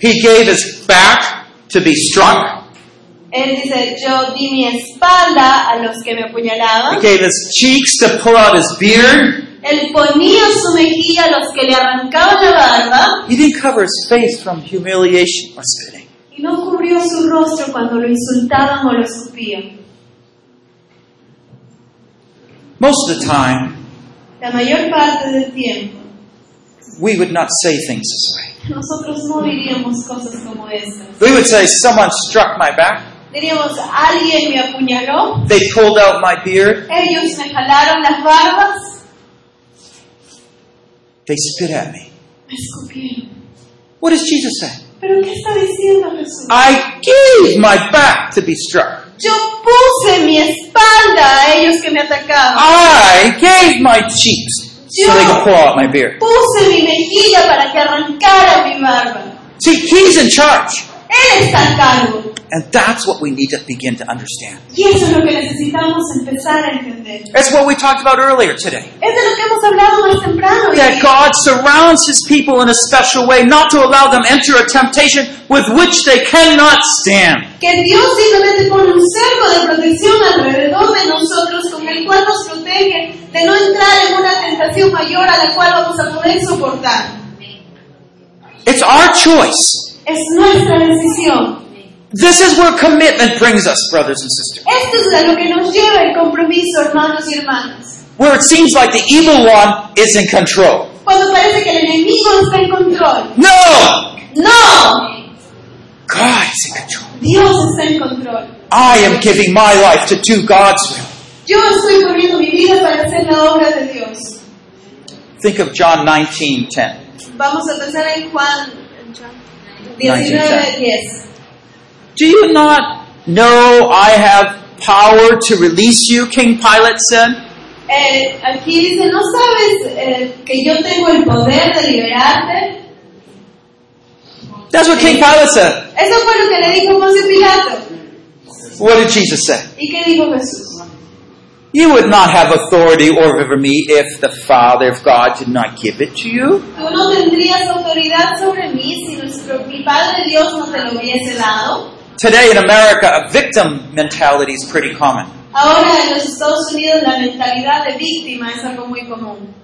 S1: He gave his back to be struck.
S2: Él dice, yo di mi espalda a los que me apuñalaban.
S1: He gave his cheeks to pull out his beard.
S2: Él ponía su mejilla a los que le arrancaban la barba
S1: He didn't cover his face from humiliation or spitting.
S2: y no cubrió su rostro cuando lo insultaban o lo escupían.
S1: Most of the time,
S2: La mayor parte del tiempo
S1: we would not say things this way.
S2: nosotros no diríamos cosas como estas.
S1: We would say, Someone struck my back.
S2: Diríamos, alguien me apuñaló,
S1: They pulled out my beard.
S2: ellos me jalaron las barbas,
S1: They spit at me.
S2: me escupieron.
S1: What does Jesus say?
S2: ¿Pero qué está diciendo Jesús?
S1: I gave my back to be struck.
S2: Yo puse mi espalda a ellos que me atacaban.
S1: I gave my cheeks so they could pull out my beard.
S2: Puse mi mejilla para que arrancara mi barba.
S1: See, he's in charge.
S2: Él está a cargo.
S1: And that's what we need to begin to understand.
S2: Y eso es lo que necesitamos empezar a entender.
S1: That's what we talked about earlier today.
S2: Es de lo que hemos hablado más temprano. hoy
S1: That
S2: día.
S1: God surrounds his people in a special way, not to allow them enter a temptation with which they cannot stand.
S2: Que Dios simplemente pone un cerco de protección alrededor de nosotros con el cual nos protege de no entrar en una tentación mayor a la cual vamos a poder soportar.
S1: It's our choice.
S2: Es nuestra decisión.
S1: This is where commitment brings us, brothers and sisters.
S2: Esto es a lo que nos lleva el compromiso, hermanos y hermanas.
S1: Where it seems like the evil one is in control.
S2: Cuando parece que el enemigo está en control.
S1: No!
S2: No,
S1: God is in control.
S2: Dios está en control.
S1: I am giving my life to do God's will.
S2: Yo estoy poniendo mi vida para hacer la obra de Dios.
S1: Think of John 19:10.
S2: Vamos a pensar en Juan 19,
S1: 19.
S2: 10.
S1: Do you not know I have power to release you? King Pilate said.
S2: Eh, aquí dice, ¿no sabes eh, que yo tengo el poder de liberarte?
S1: That's what King Pilate said.
S2: Eso fue lo que le dijo José Pilato.
S1: What did Jesus say?
S2: ¿Y qué dijo Jesús?
S1: You would not have authority over me if the Father of God did not give it to you.
S2: Tú no tendrías autoridad sobre mí si nuestro, mi Padre Dios no te lo hubiese dado.
S1: Today in America, a victim mentality is pretty common.
S2: Ahora en los Estados Unidos la mentalidad de víctima es algo muy común.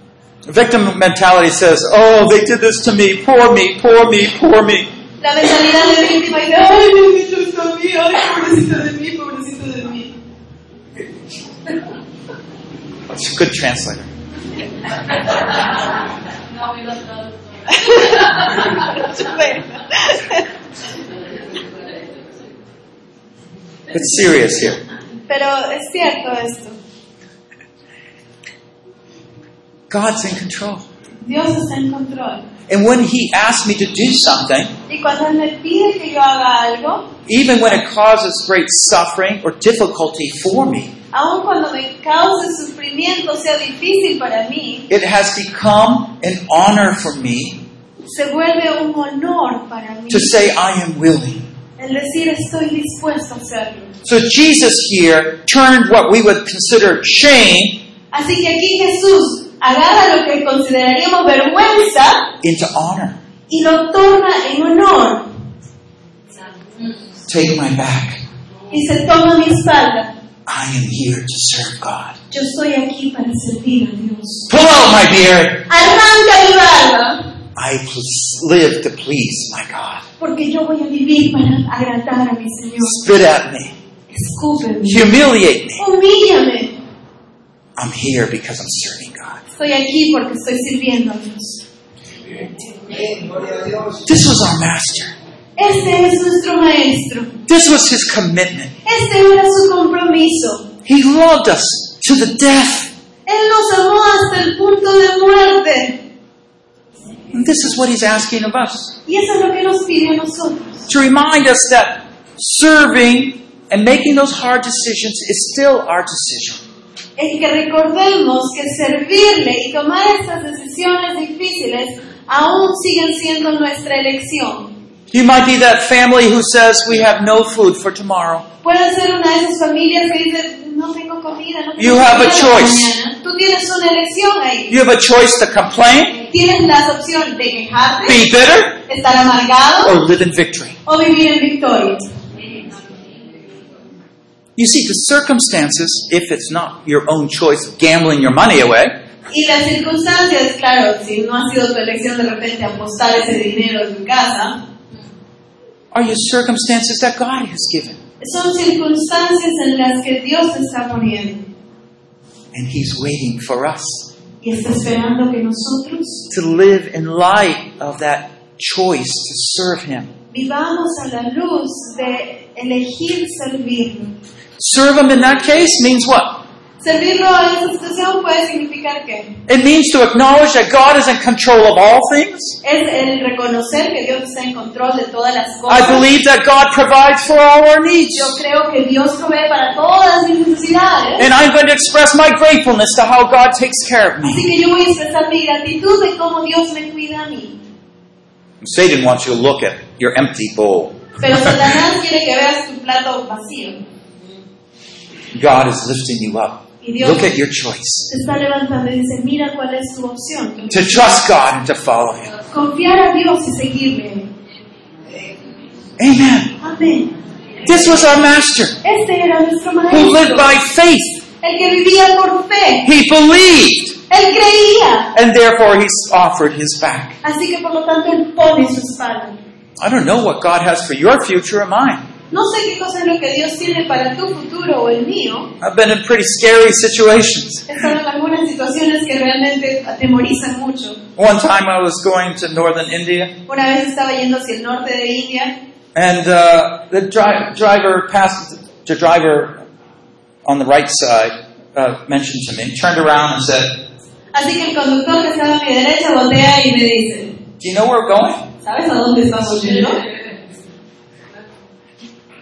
S1: Victim mentality says, oh, they did this to me, poor me, poor me, poor me.
S2: La mentalidad de víctima dice, ay, me han hecho esto a mí, ay, pobrecito de mí, pobrecito de mí.
S1: That's a good translator.
S3: No, we don't know.
S1: It's serious here.
S2: Pero es cierto esto.
S1: God's in control.
S2: Dios está en control.
S1: And when He asks me to do something,
S2: Y cuando Él me pide que yo haga algo,
S1: even when it causes great suffering or difficulty for me,
S2: aun cuando me cause sufrimiento, sea difícil para mí,
S1: it has become an honor for me
S2: se vuelve un honor para mí
S1: to say, I am willing.
S2: el decir estoy dispuesto a hacerlo.
S1: So Jesus here turned what we would consider shame
S2: Así que aquí Jesús agarra lo que consideraríamos vergüenza
S1: into honor.
S2: y lo torna en honor
S1: Take my back.
S2: y se toma mi espalda.
S1: I am here to serve God.
S2: Yo estoy aquí para servir a Dios.
S1: Pull out my beard.
S2: Arranca mi barba,
S1: I pl- live to please my God.
S2: porque yo voy a vivir para agradar a mi Señor.
S1: Spit at me.
S2: Escúpeme,
S1: Humiliate me.
S2: humíllame.
S1: I'm here because I'm serving God.
S2: Estoy aquí porque estoy sirviendo a Dios.
S1: This was our master.
S2: Este es nuestro maestro.
S1: This was his commitment.
S2: Este era su compromiso.
S1: He loved us to the death.
S2: Él nos amó hasta el punto de muerte.
S1: And this is what he's asking of us.
S2: Y eso es lo que nos pide a nosotros.
S1: To remind us that serving and making those hard decisions is still our decision.
S2: Es que recordemos que servirle y tomar estas decisiones difíciles aún siguen siendo nuestra elección.
S1: You might be that family who says we have no food for tomorrow.
S2: Puede ser una de esas familias que dice, no tengo comida, no tengo
S1: You have a
S2: comida
S1: choice.
S2: mañana". Tú tienes una elección ahí.
S1: You have a choice to complain,
S2: Tienes las opciones de quejarte,
S1: be bitter,
S2: estar amargado
S1: or live in victory.
S2: o vivir en victoria.
S1: You see, the circumstances, if it's not your own choice of gambling your money away,
S2: Y las circunstancias, claro, si no ha sido tu elección de repente apostar ese dinero en tu casa,
S1: are your circumstances that God has given.
S2: son circunstancias en las que Dios te está poniendo
S1: And He's waiting for us
S2: y está esperando que nosotros
S1: to live in light of that choice to serve Him.
S2: vivamos a la luz de elegir servirlo.
S1: Serve Him in that case means what?
S2: Servirlo en esta situación puede significar que
S1: It means to acknowledge that God is in control of all things.
S2: es el reconocer que Dios está en control de todas las
S1: I
S2: cosas.
S1: believe that God provides for all our needs.
S2: Yo creo que Dios provee para todas mis necesidades.
S1: And I'm going to express my gratefulness to how God takes care of me.
S2: Así que yo voy a expresar mi gratitud de cómo Dios me cuida a mí.
S1: Satan wants you to look at your empty bowl.
S2: Pero Satanás quiere que veas tu plato vacío.
S1: God is lifting you up.
S2: Y Dios-
S1: Look at your choice.
S2: Te está levantando y dice, mira cuál es tu opción.
S1: To trust God and to follow Him.
S2: Confiar a Dios y seguirle.
S1: Amen.
S2: Amén.
S1: This was our master
S2: Este era nuestro
S1: who lived
S2: maestro.
S1: by faith.
S2: El que vivía por fe.
S1: He believed.
S2: Él creía.
S1: And therefore He's offered His back.
S2: Así que por lo tanto él pone su espalda.
S1: I don't know what God has for your future or mine.
S2: No sé qué cosa es lo que Dios tiene para tu futuro o el mío.
S1: I've been in pretty scary situations.
S2: He estado en algunas situaciones que realmente atemorizan mucho.
S1: One time I was going to northern India.
S2: Una vez estaba yendo hacia el norte de India
S1: And uh, the dri- driver passed the driver on the right side uh, mentioned to me, turned around and said,
S2: Así que el conductor que estaba a mi derecha voltea y me dice,
S1: "Do you know where we're going?"
S2: ¿sabes a dónde estamos yendo?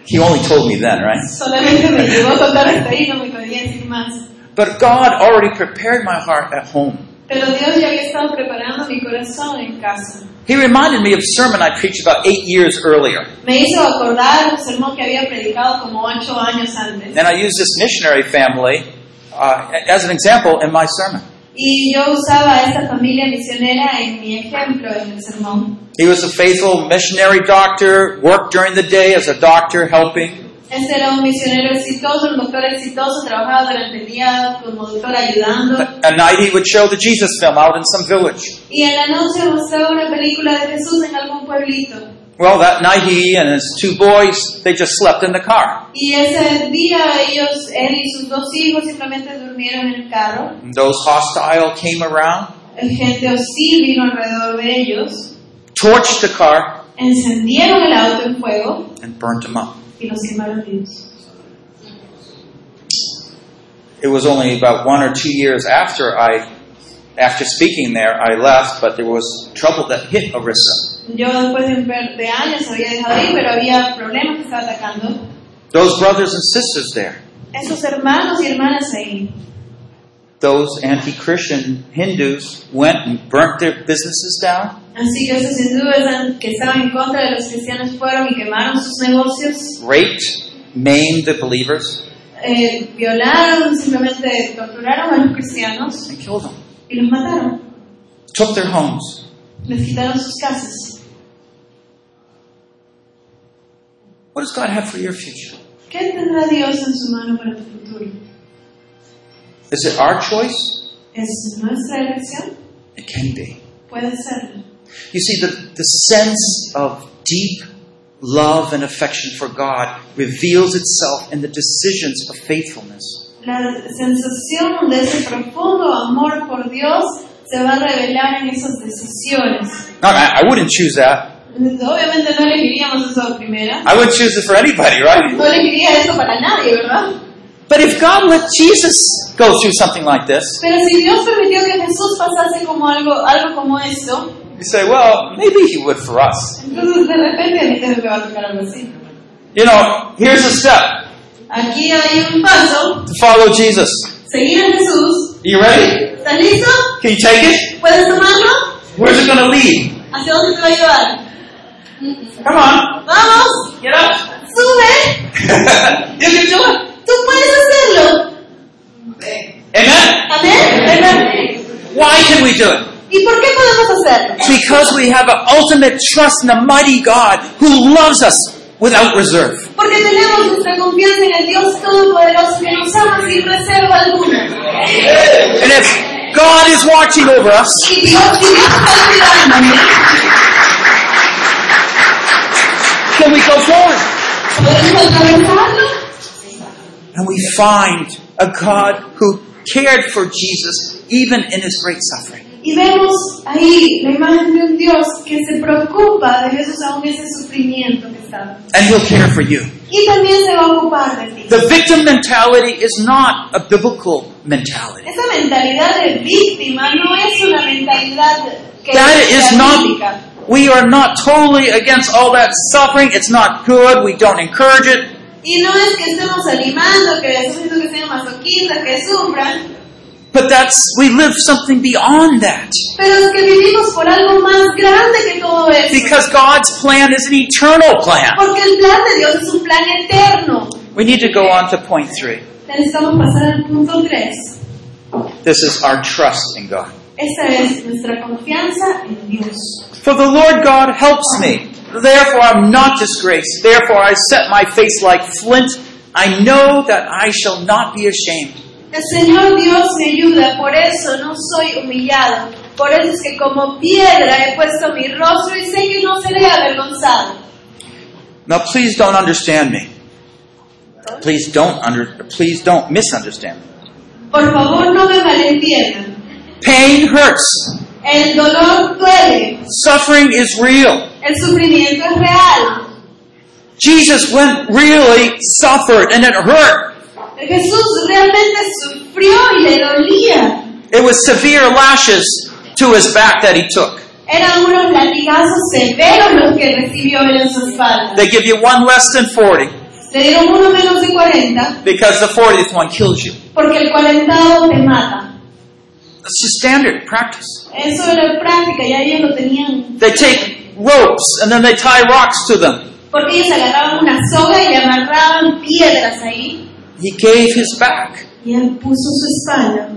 S1: He only told me then, right?
S2: Solamente me llevó a contar hasta ahí, no me podía decir más.
S1: But God already prepared my heart at home.
S2: Pero Dios ya había estado preparando mi corazón en casa.
S1: He reminded me of a sermon I preached about eight years earlier,
S2: Me hizo acordar un sermón que había predicado como ocho años antes.
S1: and I used this missionary family uh, as an example in my sermon.
S2: Y yo usaba a esta familia misionera en mi ejemplo en el sermón.
S1: He was a faithful missionary doctor, worked during the day as a doctor helping.
S2: Este era un misionero exitoso, un doctor exitoso, trabajaba durante el día como doctor ayudando.
S1: At night, he would show the Jesus film out in some village.
S2: Y en la noche mostraba una película de Jesús en algún pueblito.
S1: Well, that night he and his two boys, they just slept in the car.
S2: Y ese día ellos, él y sus dos hijos simplemente durmieron en el carro.
S1: And those hostile came around,
S2: Gente hostil vino alrededor de ellos,
S1: torched the car,
S2: encendieron el auto en fuego
S1: and burnt them up.
S2: y los quemaron vivos.
S1: It was only about one or two years after I, after speaking there, I left, but there was trouble that hit Orissa.
S2: Yo después de, un par de años había dejado ahí, pero había problemas que estaba atacando.
S1: Those brothers and sisters there,
S2: Esos hermanos y hermanas ahí,
S1: those anti-Christian Hindus went and burnt their businesses down,
S2: así que esos hindúes an- que estaban en contra de los cristianos fueron y quemaron sus negocios,
S1: raped, maimed the believers,
S2: eh, violaron, simplemente torturaron a los cristianos
S1: and killed them.
S2: y los mataron.
S1: Took their homes.
S2: Les quitaron sus casas.
S1: What does God have for your future?
S2: ¿Qué tendrá Dios en su mano para tu futuro?
S1: Is it our choice?
S2: ¿Es nuestra elección?
S1: It can be.
S2: Puede serlo.
S1: You see, the, the sense of deep love and affection for God reveals itself in the decisions of faithfulness.
S2: La sensación de ese profundo amor por Dios se va a revelar en esas decisiones.
S1: Now, I, I wouldn't choose that.
S2: Obviamente no elegiríamos eso de primera.
S1: I wouldn't choose it for anybody, right?
S2: No elegiría eso para nadie, ¿verdad?
S1: But if God let Jesus go through something like this,
S2: Pero si Dios permitió que Jesús pasase como algo, algo como esto,
S1: you say, well, maybe He would for us.
S2: entonces de repente a mí también me va a tocar algo así.
S1: You know, here's a step
S2: Aquí hay un paso,
S1: to follow Jesus.
S2: seguir a Jesús.
S1: Are you ready?
S2: ¿Estás listo?
S1: Can you take it?
S2: ¿Puedes tomarlo?
S1: Where's it going to lead?
S2: ¿Hacia dónde te va a llevar?
S1: Come on,
S2: ¡Vamos!
S1: get up.
S2: ¡Sube!
S1: you can do it.
S2: ¡Tú puedes hacerlo!
S1: Amen.
S2: ¿Amén? ¿Verdad?
S1: Why can we do it?
S2: ¿Y por qué podemos hacerlo?
S1: Because we have an ultimate trust in a mighty God who loves us without reserve.
S2: Porque tenemos nuestra confianza en el Dios Todopoderoso que nos ama sin reserva alguna.
S1: And if God is watching over us,
S2: Y Dios, si Dios está cuidándonos,
S1: then we go forward
S2: ¿podemos atravesarlo?
S1: and we find a God who cared for Jesus even in his great suffering.
S2: Y vemos ahí la imagen de un Dios que se preocupa de Jesús aún ese sufrimiento que está.
S1: And he'll care for you.
S2: Y también se va a ocupar de ti.
S1: The victim mentality is not a biblical mentality.
S2: Esa mentalidad de víctima no es una mentalidad que
S1: That is
S2: sea bíblica.
S1: not, we are not totally against all that suffering. It's not good. We don't encourage it.
S2: Y no es que estemos animando, que estemos diciendo que sean masoquistas, que sufran,
S1: But that's, we live something beyond that.
S2: Pero es que vivimos por algo más grande que todo eso.
S1: Because God's plan is an eternal plan.
S2: Porque el plan de Dios es un plan eterno.
S1: We need to go on to point three.
S2: Necesitamos pasar al punto 3.
S1: This is our trust in God.
S2: Esa es nuestra confianza en Dios.
S1: For the Lord God helps me. Therefore I'm not disgraced. Therefore I set my face like flint. I know that I shall not be ashamed.
S2: El Señor Dios me ayuda, por eso no soy humillado. Por eso es que como piedra he puesto mi rostro y sé que no seré avergonzado.
S1: Now please don't understand me. Please don't under, please don't misunderstand me.
S2: Por favor, no me malentiendan.
S1: Pain hurts.
S2: El dolor duele,
S1: Suffering is real.
S2: el sufrimiento es real.
S1: Jesus went really suffered and it hurt.
S2: Jesús realmente sufrió y le dolía.
S1: It was severe lashes to his back that he took.
S2: Eran unos latigazos severos los que recibió él en su espalda.
S1: They give you one less than 40
S2: Te dieron uno menos de 40
S1: because the 40th one kills you.
S2: porque el cuarentado te mata.
S1: That's just standard practice.
S2: Eso era práctica, ya ellos lo tenían.
S1: They take ropes and then they tie rocks to them.
S2: Porque ellos agarraban una soga y le amarraban piedras ahí.
S1: He gave his back.
S2: Y él puso su espalda.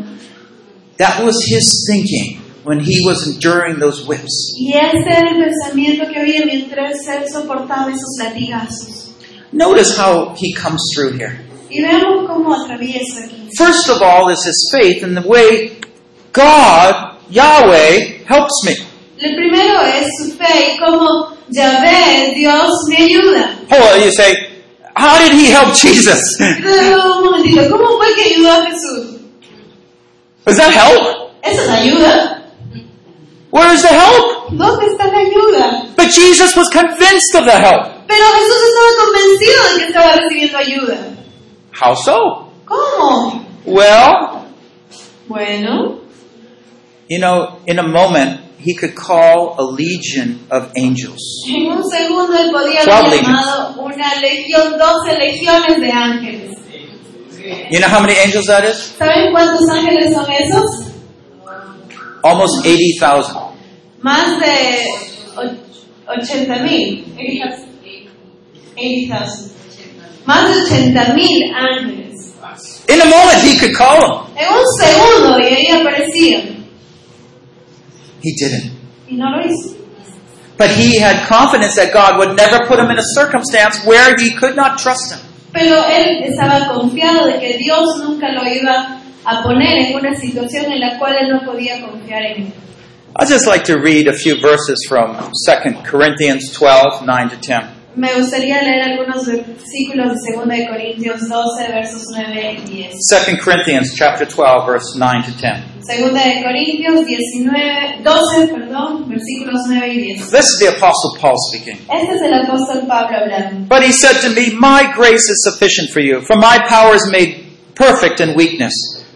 S1: That was his thinking when he was enduring those whips.
S2: Y ese era el pensamiento que había mientras él soportaba esos latigazos.
S1: Notice how he comes through here.
S2: Y veamos cómo atraviesa aquí.
S1: First of all is his faith in the way God, Yahweh, helps me.
S2: El primero es su fe y cómo Yahvé, Dios, me ayuda.
S1: Hold on, you say, how did he help Jesus?
S2: Pero, un momentito, ¿cómo fue que ayudó a Jesús?
S1: Was that help?
S2: ¿Eso es ayuda?
S1: Where is the help?
S2: ¿Dónde está la ayuda?
S1: But Jesus was convinced of the help.
S2: Pero Jesús estaba convencido de que estaba recibiendo ayuda.
S1: How so?
S2: ¿Cómo?
S1: Well,
S2: Bueno,
S1: You know, in a moment, he could call a legion of angels.
S2: en un segundo él podía
S1: Twelve
S2: haber llamado una legión, doce legiones de ángeles.
S1: You know how many angels that is?
S2: ¿Saben cuántos ángeles son esos?
S1: Almost 80,000.
S2: Más de och- 80.000. mil. 80,000. Más de 80.000 mil ángeles.
S1: In a moment, he could call them.
S2: En un segundo y ahí aparecían.
S1: He didn't.
S2: Y no lo hizo.
S1: But he had confidence that God would never put him in a circumstance where he could not trust him.
S2: Pero él estaba confiado de que Dios nunca lo iba a poner en una situación en la cual él no podía confiar en él.
S1: I'd just like to read a few verses from 2 Corinthians 12, 9 to 10.
S2: Me gustaría leer algunos versículos de 2 de Corintios 12, versos 9 y 10.
S1: 2 Corinthians chapter 12, verse 9 to 10.
S2: Segunda de Corintios 19, 12, perdón, versículos 9 y 10.
S1: This is the Apostle Paul speaking.
S2: Este es el apóstol Pablo hablando.
S1: But he said to me, My grace is sufficient for you, for my power is made perfect in weakness.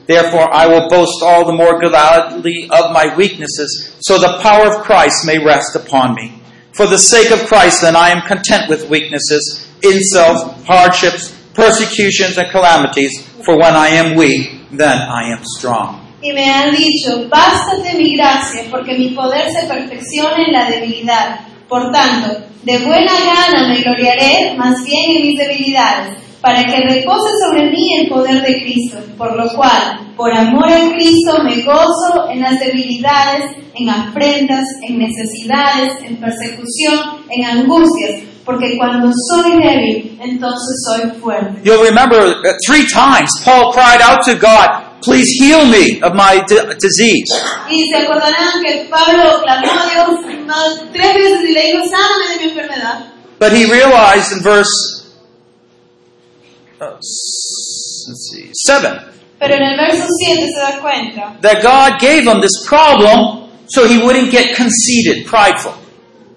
S1: Therefore, I will boast all the more gladly of my weaknesses, so the power of Christ may rest upon me. For the sake of Christ, then, I am content with weaknesses, insults, hardships, persecutions, and calamities, for when I am weak, then I am strong.
S2: Y me han dicho, bástate mi gracia, porque mi poder se perfecciona en la debilidad. Por tanto, de buena gana me gloriaré más bien en mis debilidades, para que repose sobre mí el poder de Cristo, por lo cual, por amor a Cristo, me gozo en las debilidades, en afrentas, en necesidades, en persecución, en angustias, porque cuando soy débil, entonces soy fuerte.
S1: You'll remember uh, three times Paul cried out to God, Please heal me of my d- disease.
S2: Y se acordarán que Pablo clamó a Dios más- tres veces y le dijo, sáname de mi enfermedad.
S1: But he realized in verse uh, s- let's see, 7
S2: Pero en el verso 7 se da cuenta
S1: that God gave him this problem so he wouldn't get conceited, prideful.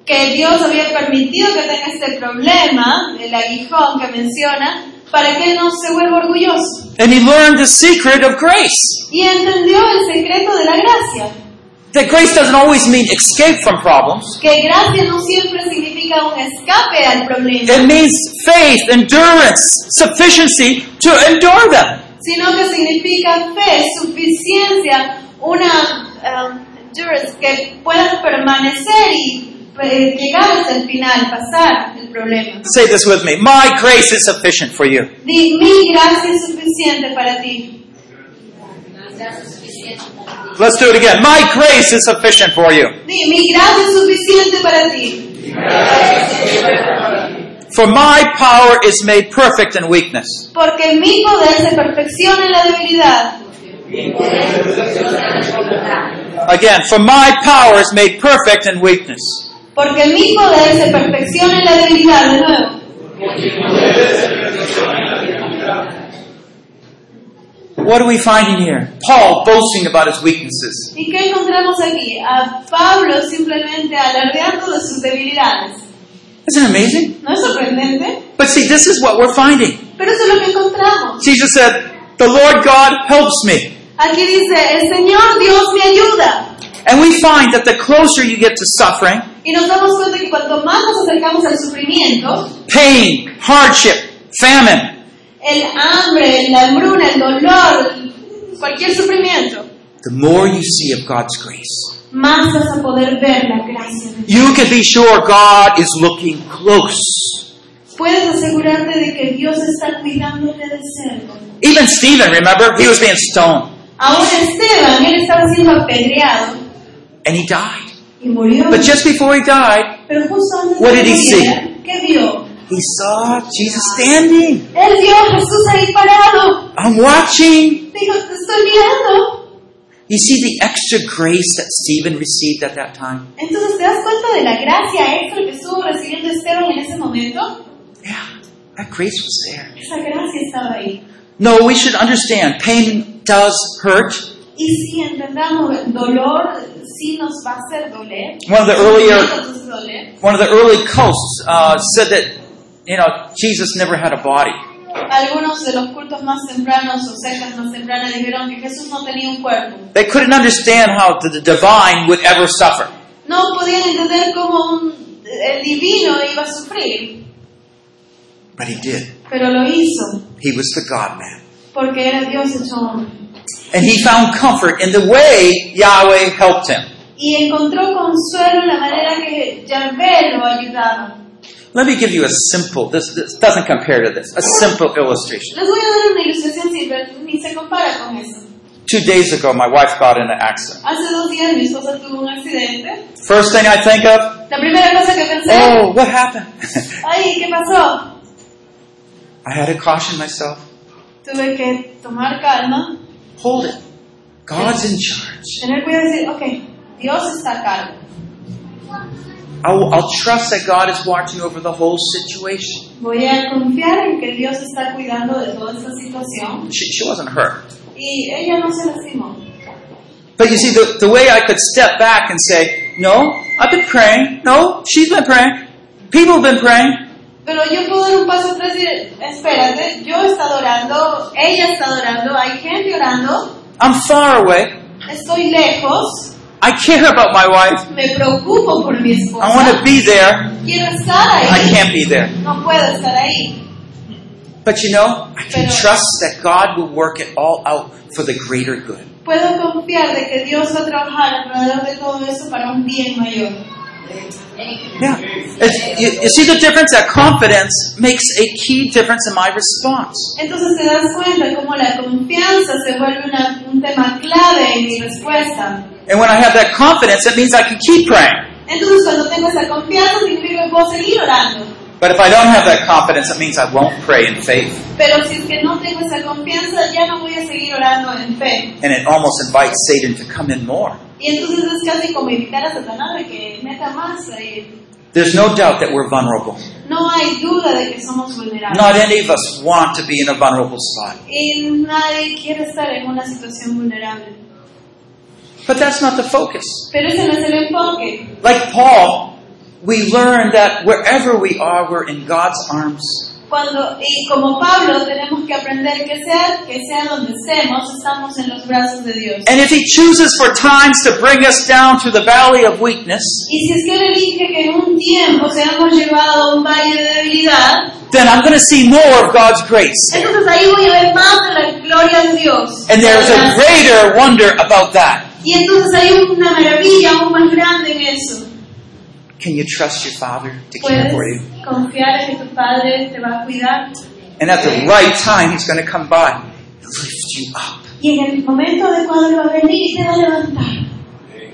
S2: que Dios había permitido que tenga este problema, el aguijón que menciona, para que él no se vuelva orgulloso.
S1: And he learned the secret of grace.
S2: Y entendió el secreto de la gracia,
S1: That grace doesn't always mean escape from problems.
S2: que gracia no siempre significa un escape al problema,
S1: It means faith, endurance, sufficiency to endure them.
S2: sino que significa fe, suficiencia, una um, endurance que puedas permanecer y eh, llegar hasta el final, pasar el problema.
S1: Say this with me. My grace is sufficient for you.
S2: Di, mi gracia es suficiente para ti.
S1: Let's do it again. My grace is sufficient for you.
S2: Di, mi gracia es suficiente para ti,
S1: For my power is made perfect in weakness.
S2: porque mi poder se perfecciona en la debilidad.
S1: Again, for my power is made perfect in weakness.
S2: Porque mi poder se perfecciona en la debilidad, de nuevo.
S1: What are we finding here? Paul boasting about his weaknesses.
S2: ¿Y qué encontramos aquí? A Pablo simplemente alardeando de sus debilidades.
S1: Isn't it amazing?
S2: ¿No es sorprendente?
S1: But see, this is what we're finding.
S2: Pero eso es lo que encontramos.
S1: Jesus said, The Lord God helps me.
S2: Aquí dice, el Señor Dios me ayuda.
S1: And we find that the closer you get to suffering,
S2: Y nos damos cuenta que cuanto más nos acercamos al sufrimiento,
S1: pain, hardship, famine,
S2: el hambre, la hambruna, el dolor, cualquier sufrimiento,
S1: the more you see of God's grace.
S2: más vas a poder ver la gracia de Dios.
S1: You can be sure God is looking close.
S2: Puedes asegurarte de que Dios está cuidándote de cerca.
S1: Even Stephen, remember, he was being stoned.
S2: Aún Esteban, él estaba siendo apedreado
S1: and he died.
S2: y murió.
S1: But just before he died,
S2: Pero justo antes
S1: What
S2: de
S1: did he
S2: que muriera,
S1: see?
S2: ¿qué vio?
S1: he saw Jesus standing.
S2: Él vio a Jesús ahí parado.
S1: I'm watching.
S2: Dijo, te estoy mirando.
S1: You see the extra grace that Stephen received at that time?
S2: Entonces, ¿te das cuenta de la gracia extra que estuvo recibiendo Esteban en ese momento?
S1: Yeah, that grace was there.
S2: Esa gracia estaba ahí.
S1: No, we should understand pain does hurt.
S2: Y si entendamos, el dolor sí nos va a hacer doler.
S1: One of the earlier,
S2: Nos hace doler.
S1: one of the early cults uh, said that you know Jesus never had a body.
S2: Algunos de los cultos más tempranos o sectas más tempranas dijeron que Jesús no tenía un cuerpo.
S1: They couldn't understand how the, the divine would ever suffer.
S2: No podían entender cómo un- el divino iba a sufrir,
S1: But he did.
S2: pero lo hizo
S1: He was the God man.
S2: porque era Dios hecho hombre.
S1: And he found comfort in the way Yahweh helped him.
S2: Y encontró consuelo en la manera que Yahvé lo ayudaba.
S1: Let me give you a simple, this, this doesn't compare to this, a simple illustration.
S2: Les voy a dar una ilustración simple, ni se compara con eso.
S1: Two days ago, my wife got in an accident.
S2: Hace dos días mi esposa tuvo un accidente.
S1: First thing I think of,
S2: La primera cosa que pensé,
S1: oh, what happened?
S2: ay, ¿qué pasó?
S1: I had to caution myself.
S2: Tuve que tomar calma,
S1: Hold it. God's in charge.
S2: tener cuidado y decir, ok, Dios está a cargo.
S1: I'll, I'll trust that God is watching over the whole situation.
S2: Voy a confiar en que Dios está cuidando de toda esta situación.
S1: She, she wasn't hurt.
S2: Y ella no se lastimó.
S1: But you see, the, the way I could step back and say, no, I've been praying. No, she's been praying. People have been praying.
S2: Pero yo puedo dar un paso atrás y decir, espérate, yo he estado orando, ella está orando, hay gente orando,
S1: I'm far away.
S2: estoy lejos,
S1: I care about my wife.
S2: me preocupo por mi
S1: I want
S2: esposa,
S1: to be there.
S2: quiero estar
S1: I
S2: ahí,
S1: can't be there.
S2: no puedo estar ahí.
S1: But you know, I can
S2: Pero-
S1: trust that God will work it all out for the greater good.
S2: Puedo confiar de que Dios va a trabajar alrededor de todo eso para un bien mayor.
S1: Yeah. It's, you, you see the difference? That confidence makes a key difference in my response.
S2: Entonces te das cuenta cómo la confianza se vuelve una- un tema clave en mi respuesta.
S1: And when I have that confidence, it means I can keep praying.
S2: Entonces cuando tengo esa confianza significa que puedo seguir orando.
S1: But if I don't have that confidence, it means I won't pray in faith.
S2: Pero si es que no tengo esa confianza, ya no voy a seguir orando en fe.
S1: And it almost invites Satan to come in more.
S2: Y entonces es casi como invitar a Satanás de que meta más. eh,
S1: There's no doubt that we're vulnerable.
S2: No hay duda de que somos vulnerables.
S1: Not any of us want to be in a vulnerable spot.
S2: Y nadie quiere estar en una situación vulnerable.
S1: But that's not the focus.
S2: Pero ese no es el enfoque.
S1: Like Paul, we learn that wherever we are, we're in God's arms.
S2: Cuando, y como Pablo tenemos que aprender que sea, que sea donde estemos, estamos en los brazos de Dios.
S1: And if he chooses for times to bring us down through the valley of weakness,
S2: Y si es que él elige que en un tiempo seamos llevados a un valle de debilidad,
S1: then I'm going to see more of God's grace.
S2: entonces ahí voy a ver más de la gloria de Dios.
S1: And there's a greater wonder about that.
S2: Y entonces hay una maravilla aún más grande en eso.
S1: Can you trust your Father to care
S2: Puedes
S1: for you?
S2: confiar en que tu padre te va a cuidar.
S1: And at the right time, He's going to come by and lift you up.
S2: Y en el momento adecuado Él va a venir y te va a levantar.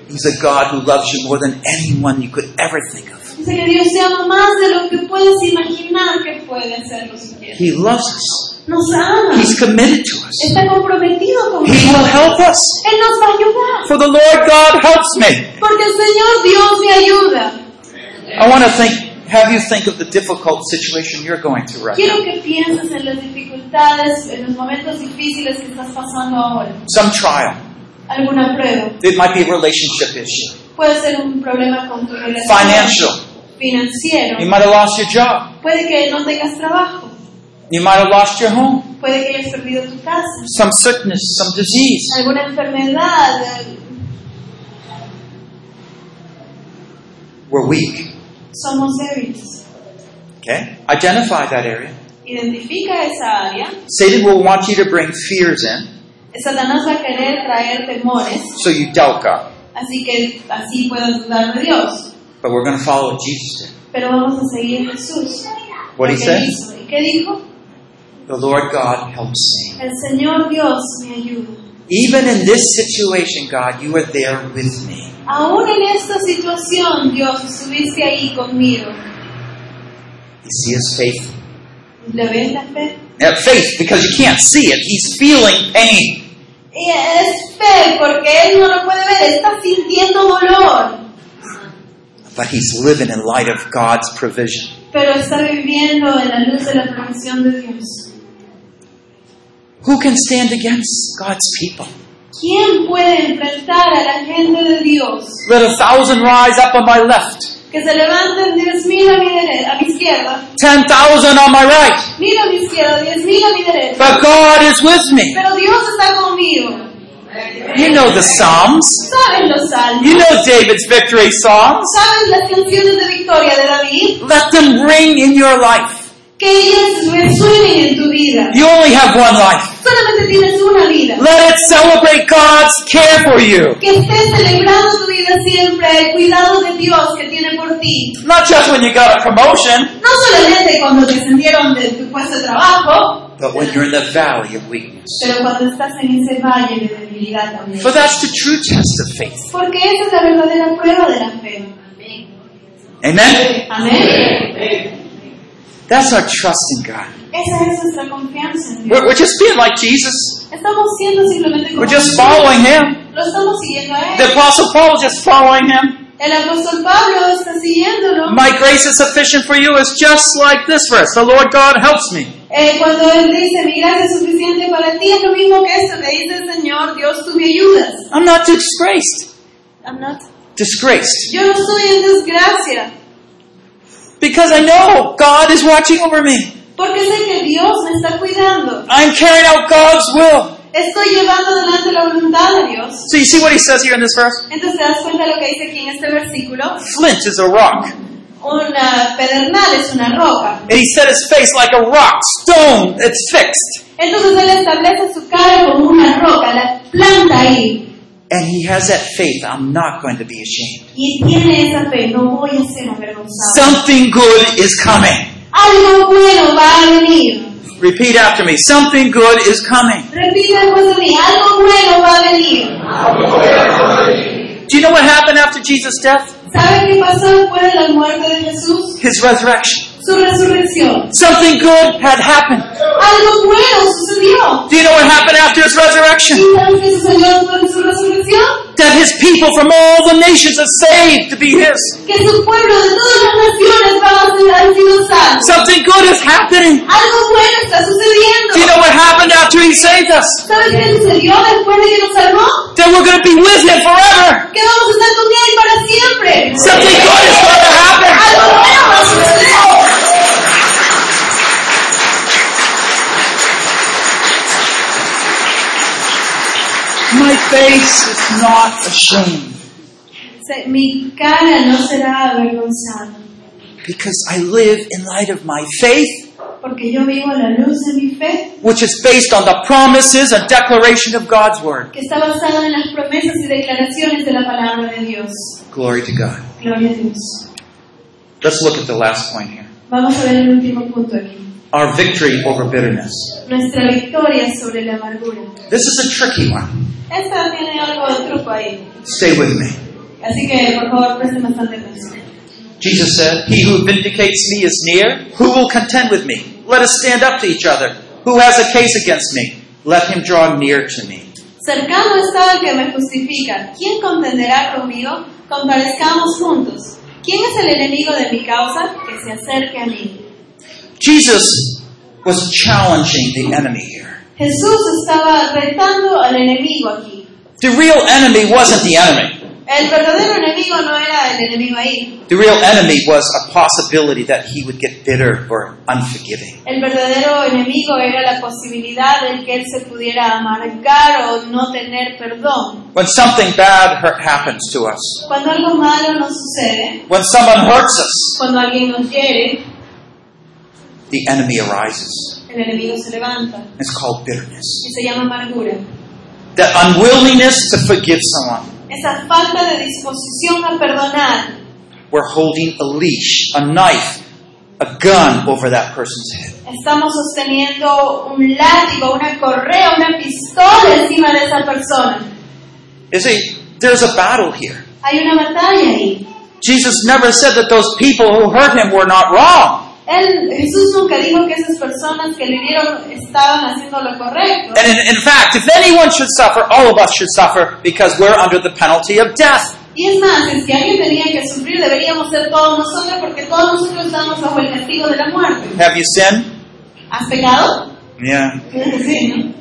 S1: He's a God who loves you more than anyone you could ever think of.
S2: Dice que Dios te ama más de lo que puedes imaginar que puede hacerlo si quieres.
S1: He loves us.
S2: Nos ama.
S1: He's committed to us.
S2: Está comprometido con
S1: He will
S2: nosotros.
S1: help us.
S2: Él nos va a ayudar.
S1: For the Lord God helps me.
S2: Porque el Señor Dios me ayuda.
S1: I want to think, have you think of the difficult situation you're going through right now.
S2: Quiero que pienses en las dificultades, en los momentos difíciles que estás pasando ahora.
S1: Some trial.
S2: Alguna prueba.
S1: It might be a relationship issue.
S2: Puede ser un problema con tu relación.
S1: Financial. You
S2: financiero.
S1: might have lost your job.
S2: Puede que no tengas trabajo,
S1: You might have lost your home,
S2: puede que hayas perdido tu casa,
S1: some sickness, some disease.
S2: alguna enfermedad, eh,
S1: We're weak.
S2: somos débiles.
S1: Okay? Identify that area.
S2: Identifica esa área.
S1: Satan will want you to bring fears in,
S2: Satanás va a querer traer temores,
S1: so you doubt God.
S2: así que así puedas dudar de Dios.
S1: But we're going to follow what Jesus did.
S2: Pero vamos a seguir a Jesús.
S1: What
S2: Lo
S1: he
S2: que
S1: said?
S2: hizo. ¿Y qué dijo?
S1: The Lord God helps me.
S2: El Señor Dios me ayuda.
S1: Even in this situation, God, you are there with me.
S2: Aún en esta situación, Dios, estuviste ahí conmigo.
S1: You see his faith.
S2: ¿Le ves la fe?
S1: Now, faith, because you can't see it. He's feeling pain.
S2: Y es fe, porque él no lo puede ver, está sintiendo dolor,
S1: But he's living in light of God's provision.
S2: pero está viviendo en la luz de la provisión de Dios.
S1: Who can stand against God's people?
S2: ¿Quién puede enfrentar a la gente de Dios?
S1: Let a thousand rise up on my left.
S2: Que se levanten 10.000 a mi dere- a mi izquierda,
S1: 10,000 on my right.
S2: mil a mi izquierda, 10.000 a mi derecha,
S1: But God is with me.
S2: pero Dios está conmigo.
S1: You know the Psalms.
S2: ¿Saben los salmos?
S1: You know David's victory psalms.
S2: ¿Saben las canciones de victoria de David?
S1: Let them ring in your life.
S2: Que ellas resuenen en tu vida.
S1: You only have one life.
S2: Solamente tienes una vida.
S1: Let it celebrate God's care for you.
S2: que estés celebrando tu vida siempre el cuidado de Dios que tiene por ti.
S1: Not just when you got a promotion,
S2: No solamente cuando te ascendieron de tu puesto de trabajo,
S1: but when you're in the valley of weakness.
S2: pero cuando estás en ese valle de debilidad también.
S1: For that's the true test of faith.
S2: Porque esa es la verdadera prueba de la fe.
S1: Amen?
S2: Amén.
S1: That's our trust in God.
S2: Esa es nuestra confianza en Dios.
S1: We're, we're just being like Jesus.
S2: Estamos siendo simplemente como
S1: We're just
S2: Jesús.
S1: following him.
S2: Lo estamos siguiendo a
S1: The
S2: Él.
S1: Apostle Paul is just following him.
S2: El apóstol Pablo está siguiéndolo.
S1: My grace is sufficient for you is just like this verse. The Lord God helps me.
S2: Eh, cuando él dice, mi gracia es suficiente para ti, es lo mismo que eso que dice el Señor, Dios, tú me ayudas.
S1: I'm not disgraced.
S2: I'm not-
S1: Disgraced.
S2: Yo no estoy en desgracia,
S1: Because I know God is watching over me.
S2: porque sé que Dios me está cuidando.
S1: I'm carrying out God's will.
S2: Estoy llevando adelante la voluntad de Dios.
S1: So you see what he says here in this verse?
S2: Entonces te das cuenta de lo que dice aquí en este versículo.
S1: Flint is a rock.
S2: Una pedernal es una roca.
S1: And he set his face like a rock, stone, it's fixed.
S2: Entonces él establece su cara como una roca, la planta ahí.
S1: And he has that faith, I'm not going to be ashamed.
S2: Y tiene esa fe, no voy a ser avergonzado.
S1: Something good is coming.
S2: Algo bueno va a venir.
S1: Repeat after me, something good is coming.
S2: Repite después de mí, algo bueno va a venir.
S1: Do you know what happened after Jesus' death?
S2: ¿Saben qué pasó después de la muerte de Jesús?
S1: His resurrection.
S2: Su resurrección.
S1: Something good had happened.
S2: Algo bueno sucedió.
S1: Do you know what happened after his resurrection?
S2: ¿Y saben qué sucedió después de su resurrección?
S1: That his people from all the nations are saved to be his.
S2: Que su pueblo de todas las naciones va a ser han sido salvos.
S1: Something good is happening.
S2: Algo bueno está
S1: Do you
S2: sucediendo.
S1: know what happened after he saved us?
S2: ¿Sabes qué sucedió después de que nos salvó?
S1: That we're going to be with him forever.
S2: Que vamos a estar con Él para siempre.
S1: Something good is going to happen.
S2: Algo bueno va a suceder.
S1: My face is not ashamed
S2: Se- Mi cara no será avergonzada.
S1: because I live in light of my faith,
S2: Porque yo vivo a la luz de mi fe,
S1: which is based on the promises and declaration of God's word.
S2: que está basada en las promesas y declaraciones de la palabra de Dios.
S1: Glory to God.
S2: Gloria a Dios.
S1: Let's look at the last point here.
S2: Vamos a ver el último punto aquí.
S1: Our victory over bitterness.
S2: Nuestra victoria sobre la amargura.
S1: This is a tricky one.
S2: Esta tiene algo de truco ahí.
S1: Stay with me.
S2: Así que, por favor, presten bastante atención.
S1: Jesus said, He who vindicates me is near. Who will contend with me? Let us stand up to each other. Who has a case against me? Let him draw near to me.
S2: Cercano está el que me justifica. ¿Quién contenderá conmigo? Comparezcamos juntos. ¿Quién es el enemigo de mi causa? Que se acerque a mí.
S1: Jesus was challenging the enemy here.
S2: Jesús estaba retando al enemigo aquí.
S1: The real enemy wasn't the enemy.
S2: El verdadero enemigo no era el enemigo ahí.
S1: The real enemy was a possibility that he would get bitter or unforgiving.
S2: El verdadero enemigo era la posibilidad de que él se pudiera amargar o no tener perdón.
S1: When something bad hurt happens to us,
S2: Cuando algo malo nos sucede,
S1: when someone hurts us,
S2: cuando alguien nos hiere,
S1: the enemy arises.
S2: el enemigo se levanta
S1: It's called bitterness.
S2: y se llama amargura.
S1: That unwillingness to forgive someone.
S2: Esa falta de disposición a perdonar.
S1: We're holding a leash, a knife, a gun over that person's head.
S2: Estamos sosteniendo un látigo, una correa, una pistola encima de esa persona.
S1: You see, there's a battle here.
S2: Hay una batalla ahí.
S1: Jesus never said that those people who hurt him were not wrong.
S2: Él, Jesús nunca dijo que esas personas que le dieron estaban haciendo lo correcto.
S1: And in, in fact, if anyone should suffer, all of us should suffer because we're under the penalty of death.
S2: Y es más, si es que alguien tenía que sufrir, deberíamos ser todos nosotros, porque todos nosotros estamos bajo el castigo de la muerte.
S1: Have you sinned?
S2: ¿Has pecado?
S1: Yeah.
S2: Sí, ¿no?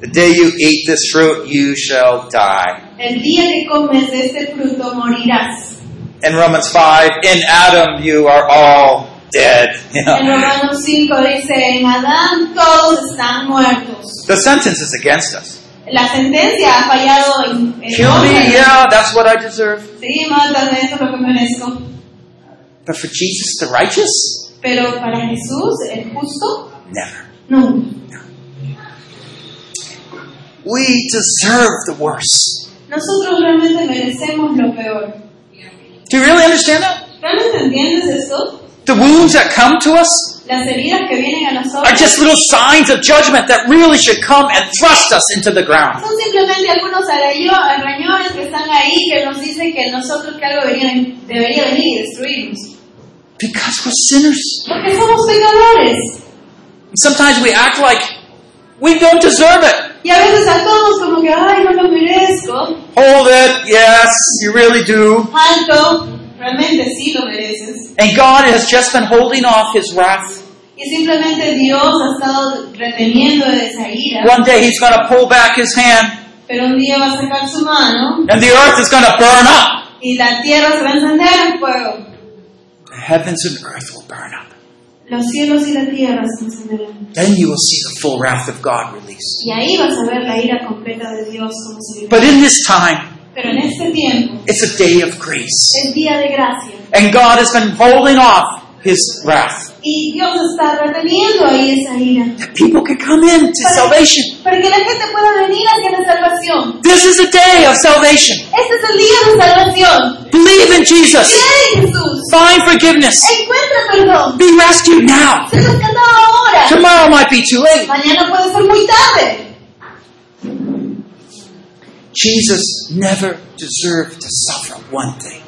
S1: The day you eat this fruit, you shall die.
S2: El día que comes de este fruto morirás.
S1: In Romans 5, in Adam you are all dead. You
S2: En
S1: know.
S2: Romanos 5 dice, en Adán todos están muertos.
S1: The sentence is against us.
S2: La sentencia ha fallado en, en
S1: Kill me,
S2: nosotros.
S1: yeah, that's what I deserve.
S2: Sí, mátame, eso es lo que merezco.
S1: But for Jesus, the righteous?
S2: Pero para Jesús, el justo,
S1: Never.
S2: no.
S1: We deserve the worst.
S2: Nosotros realmente merecemos lo peor.
S1: Do you really understand that?
S2: ¿Realmente entiendes esto?
S1: The wounds that come to us
S2: Las heridas que vienen a nosotros
S1: are just little signs of judgment that really should come and thrust us into the ground.
S2: son simplemente algunos araño- arañones que están ahí que nos dicen que nosotros que algo debería, debería venir y destruirnos.
S1: Because we're sinners.
S2: Porque somos pecadores.
S1: Sometimes we act like we don't deserve it.
S2: Y a veces actuamos como que, ay, no lo merezco.
S1: Hold it, yes, you really do.
S2: Alto, realmente sí lo mereces.
S1: And God has just been holding off his wrath.
S2: Y simplemente Dios ha estado reteniendo esa ira.
S1: One day he's going to pull back his hand
S2: Pero un día va a sacar su mano
S1: and the earth is going to burn up.
S2: y la tierra se va a encender en fuego.
S1: The heavens and earth will burn up.
S2: Los cielos y la tierra se encenderán.
S1: Then you will see the full wrath of God released.
S2: Y ahí vas a ver la ira completa de Dios como se libera.
S1: But in this time,
S2: Pero en este tiempo
S1: it's a day of grace.
S2: es día de gracia.
S1: And God has been holding off his wrath.
S2: Y Dios está reteniendo ahí esa ira.
S1: That people can come in to salvation.
S2: Para que la gente pueda venir hacia la salvación.
S1: This is a day of salvation.
S2: Este es el día de salvación.
S1: Believe in Jesus.
S2: Cree en Jesús.
S1: Find forgiveness.
S2: Encuentra perdón.
S1: Be rescued now.
S2: Se rescatado ahora.
S1: Tomorrow might be too late.
S2: Mañana puede ser muy tarde.
S1: Jesus never deserved to suffer one thing.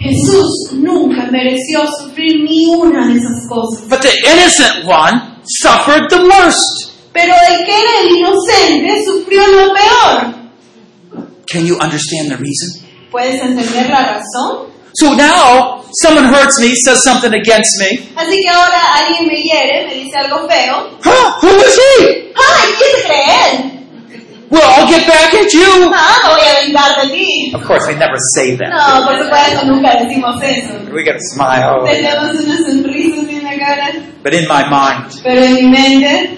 S2: Jesús nunca mereció sufrir ni una de esas cosas.
S1: But the innocent one suffered the worst.
S2: Pero el que era el inocente sufrió lo peor.
S1: Can you understand the reason?
S2: ¿Puedes entender la razón?
S1: So now, someone hurts me, says something against me.
S2: Así que ahora alguien me hiere, me dice algo feo.
S1: Huh? Who is he?
S2: ¡Ay, quién cree él!
S1: Well, I'll get back at you.
S2: ¡Ah, me voy a vengar de ti!
S1: Of course, we never say that.
S2: No, por supuesto, nunca decimos eso.
S1: We gotta smile.
S2: Tenemos una sonrisa así en la cara,
S1: But in my mind,
S2: pero en mi mente,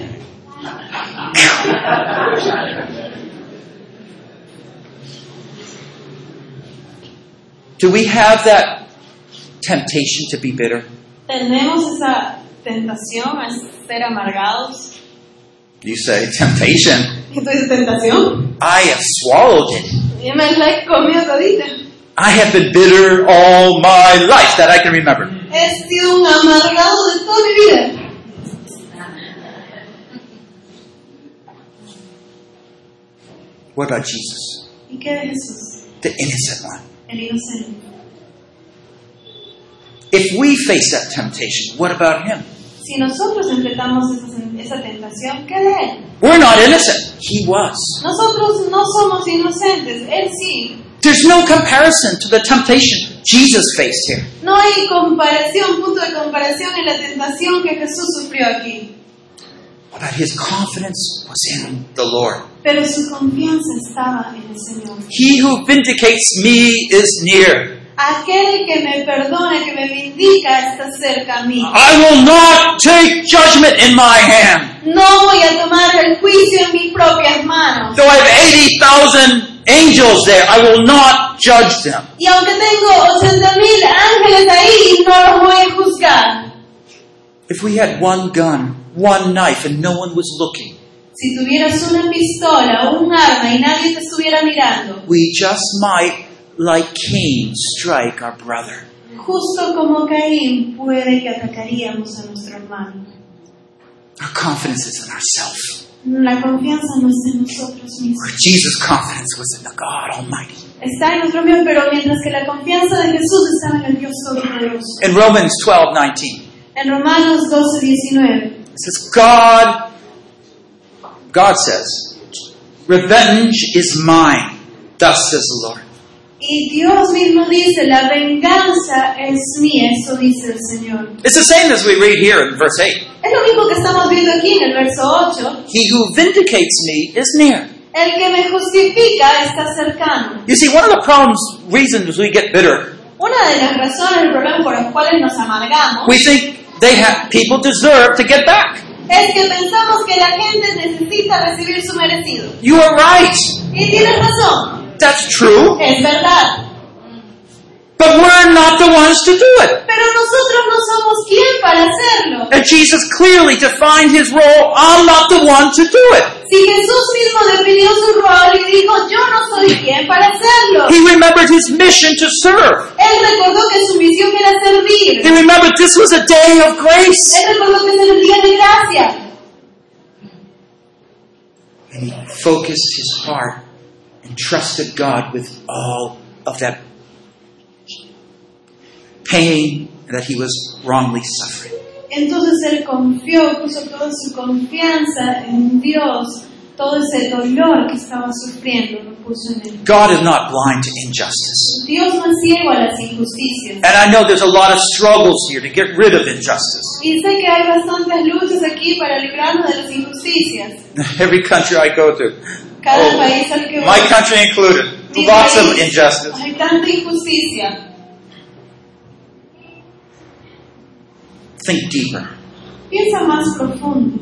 S1: do we have that temptation to be bitter?
S2: tenemos esa tentación a ser amargados.
S1: You say, temptation?
S2: ¿Qué tú dices, tentación?
S1: I have swallowed it.
S2: Yo me la he comido todita.
S1: I have been bitter all my life that I can remember.
S2: He sido un amargado de toda mi vida.
S1: What about Jesus?
S2: ¿Y qué de Jesús?
S1: The innocent one.
S2: El inocente.
S1: If we face that temptation, what about him?
S2: Si nosotros enfrentamos esa, esa tentación, ¿qué de él?
S1: We're not innocent. He was.
S2: Nosotros no somos inocentes, Él sí.
S1: There's no comparison to the temptation Jesus faced here.
S2: No hay comparación, punto de comparación en la tentación que Jesús sufrió aquí.
S1: But his confidence was in the Lord.
S2: Pero su confianza estaba en el Señor.
S1: He who vindicates me is near.
S2: Aquel que me perdona, que me vindica, está cerca a mí.
S1: I will not take judgment in my hand.
S2: No voy a tomar el juicio en mis propias manos.
S1: Though I have 80,000 angels there, I will not judge them.
S2: Y aunque tengo 80.000 ángeles ahí, no los voy a juzgar.
S1: If we had one gun, one knife, and no one was looking,
S2: Si tuvieras una pistola o un arma y nadie te estuviera mirando,
S1: we just might, like Cain, strike our brother.
S2: Justo como Caín, puede que atacaríamos a nuestro hermano.
S1: Our confidence is in ourselves.
S2: La confianza no está en nosotros mismos.
S1: Where Jesus' confidence was in the God Almighty.
S2: Está en nuestro mismo, pero mientras que la confianza de Jesús estaba en el Dios Todopoderoso.
S1: In Romans 12, 19.
S2: En Romanos 12, 19.
S1: It says, God, God says, revenge is mine, thus says the Lord.
S2: Y Dios mismo dice, la venganza es mía, eso dice el Señor.
S1: It's the same as we read here in verse 8.
S2: Es lo mismo que estamos viendo aquí en el verso 8.
S1: He who vindicates me is near.
S2: El que me justifica está cercano.
S1: You see, one of the problems, reasons we get bitter,
S2: Una de las razones, el problema por las cuales nos amargamos,
S1: we think they have, people deserve to get back.
S2: es que pensamos que la gente necesita recibir su merecido.
S1: You are right.
S2: Y tienes razón,
S1: That's true.
S2: es verdad.
S1: But we're not the ones to do it.
S2: Pero nosotros no somos quien para hacerlo.
S1: And Jesus clearly defined his role. I'm not the one to do it.
S2: Si Jesús mismo definió su rol y dijo, yo no soy quien para hacerlo.
S1: He remembered his mission to serve.
S2: Él recordó que su misión era servir.
S1: He remembered this was a day of grace.
S2: Él recordó que es el día de gracia.
S1: and he focused his heart and trusted God with all of that pain that he was wrongly suffering.
S2: Entonces él confió, puso toda su confianza en Dios, todo ese dolor que estaba sufriendo lo puso en él.
S1: God is not blind to injustice.
S2: Dios no es ciego a las injusticias.
S1: And I know there's a lot of struggles here to get rid of injustice.
S2: Y sé que hay bastantes luchas aquí para librarnos de las injusticias.
S1: Every country I go to,
S2: Cada
S1: Oh,
S2: país al que voy,
S1: my country included,
S2: mi
S1: lots of
S2: país,
S1: injustice.
S2: hay tanta injusticia.
S1: Think deeper.
S2: Piensa más profundo.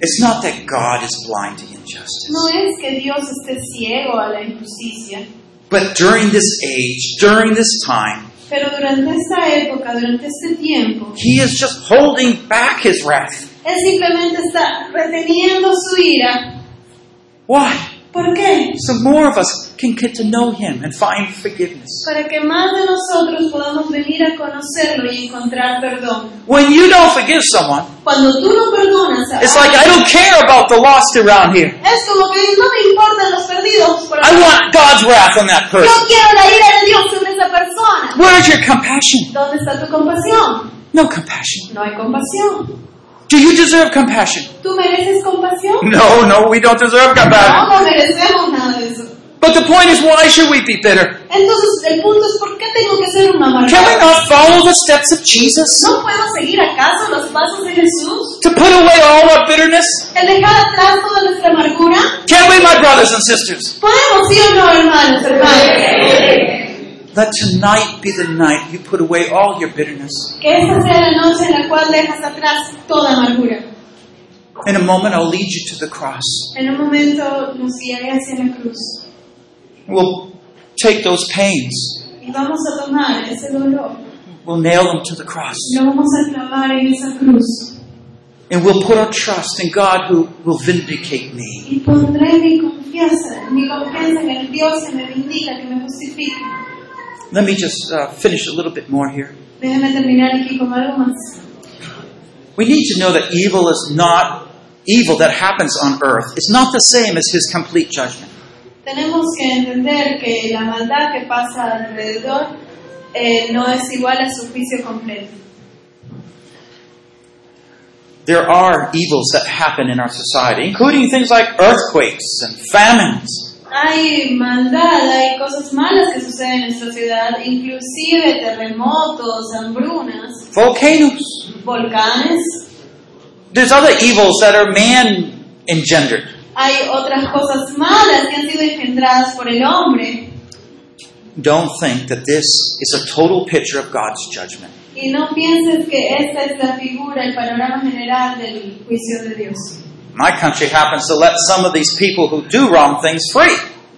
S1: It's not that God is blind to injustice.
S2: No es que Dios esté ciego a la injusticia,
S1: But during this age, during this time,
S2: pero durante esta época, durante este tiempo,
S1: He is just holding back His wrath.
S2: Él simplemente está reteniendo su ira.
S1: Why?
S2: ¿Por qué?
S1: So more of us can get to know Him and find forgiveness.
S2: Para que más de nosotros podamos venir a conocerlo y encontrar perdón.
S1: When you don't forgive someone,
S2: Cuando tú no perdonas a
S1: it's like I don't care about the lost around here.
S2: es como que no me importan los perdidos. Por
S1: I
S2: acá.
S1: want God's wrath on that
S2: Yo
S1: person.
S2: quiero la ira de Dios sobre esa persona.
S1: Where's your compassion?
S2: ¿Dónde está tu compasión?
S1: No compassion.
S2: No hay compasión.
S1: Do you deserve compassion?
S2: ¿Tú mereces compasión?
S1: No, no, we don't deserve
S2: No,
S1: compassion.
S2: no merecemos nada de eso.
S1: But the point is, why should we be bitter?
S2: Entonces, el punto es, ¿por qué tengo que ser una
S1: Can we
S2: amargada?
S1: not follow the steps of Jesus
S2: ¿No puedo seguir acaso los pasos de Jesús?
S1: to put away all our bitterness?
S2: ¿El dejar atrás toda nuestra amargura?
S1: Can we, my brothers and sisters?
S2: ¿Podemos sí o no, hermanos, hermanas?
S1: Let tonight be the night you put away all your bitterness.
S2: Que esta sea la noche en la cual dejas atrás toda amargura.
S1: In a moment, I'll lead you to the cross.
S2: En un momento nos guiaré hacia la cruz
S1: We'll take those pains,
S2: y vamos a tomar ese dolor
S1: we'll nail them to the cross.
S2: y lo vamos a clavar en esa cruz.
S1: And we'll put our trust in God who will vindicate me.
S2: Y pondré mi confianza, mi confianza en el Dios que me vindica, que me justifica.
S1: Let me just uh, finish a little bit more here.
S2: Déjame terminar aquí con algo más.
S1: We need to know that evil is not evil that happens on earth. It's not the same as his complete judgment.
S2: Tenemos que entender que la maldad que pasa alrededor eh, no es igual a su juicio completo.
S1: There are evils that happen in our society, including things like earthquakes and famines.
S2: Hay maldad, hay cosas malas que suceden en nuestra ciudad, inclusive terremotos, hambrunas,
S1: Volcanoes.
S2: volcanes.
S1: There's other evils that are man engendered.
S2: Hay otras cosas malas que han sido engendradas por el hombre
S1: Don't think that this is a total picture of God's judgment.
S2: y no pienses que esta es la figura, el panorama general del juicio de Dios.
S1: My country happens to let some of these people who do wrong things free.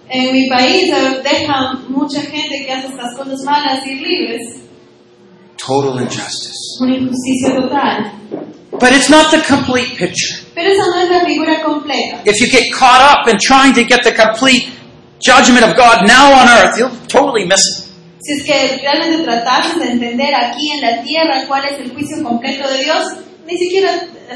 S2: En mi país eh, dejan mucha gente que hace estas cosas malas y libres,
S1: Total injustice.
S2: una injusticia total.
S1: But it's not the complete picture.
S2: Pero esa no es la figura completa.
S1: If you get caught up in trying to get the complete judgment of God now on earth, you'll totally miss it.
S2: Si es que realmente tratamos de entender aquí en la tierra cuál es el juicio completo de Dios, ni siquiera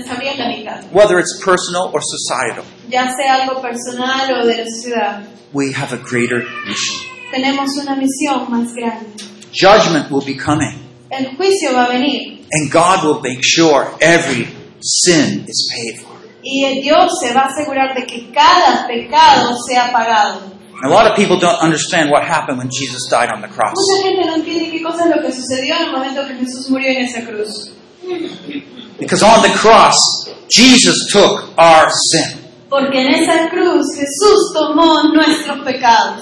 S2: sabrías la mitad,
S1: Whether it's personal or societal,
S2: ya sea algo personal o de la sociedad.
S1: we have a greater mission.
S2: Tenemos una misión más grande.
S1: Judgment will be coming,
S2: El juicio va a venir
S1: and God will make sure every sin is paid for.
S2: y el Dios se va a asegurar de que cada pecado sea pagado.
S1: A lot of people don't understand what happened when Jesus died on the cross.
S2: Mucha gente no entiende qué cosa es lo que sucedió en el momento que Jesús murió en esa cruz.
S1: Because on the cross, Jesus took our sin.
S2: Porque en esa cruz Jesús tomó nuestros pecados.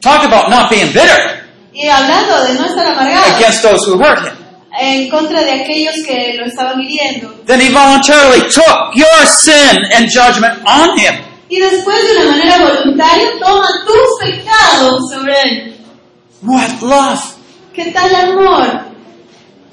S1: Talk about not being bitter
S2: Y hablando de no estar amargados,
S1: against those who hurt him.
S2: en contra de aquellos que lo estaban hiriendo.
S1: Then he voluntarily took your sin and judgment on him.
S2: Y después de una manera voluntaria toma tus pecados sobre él.
S1: What love!
S2: ¿Qué tal amor?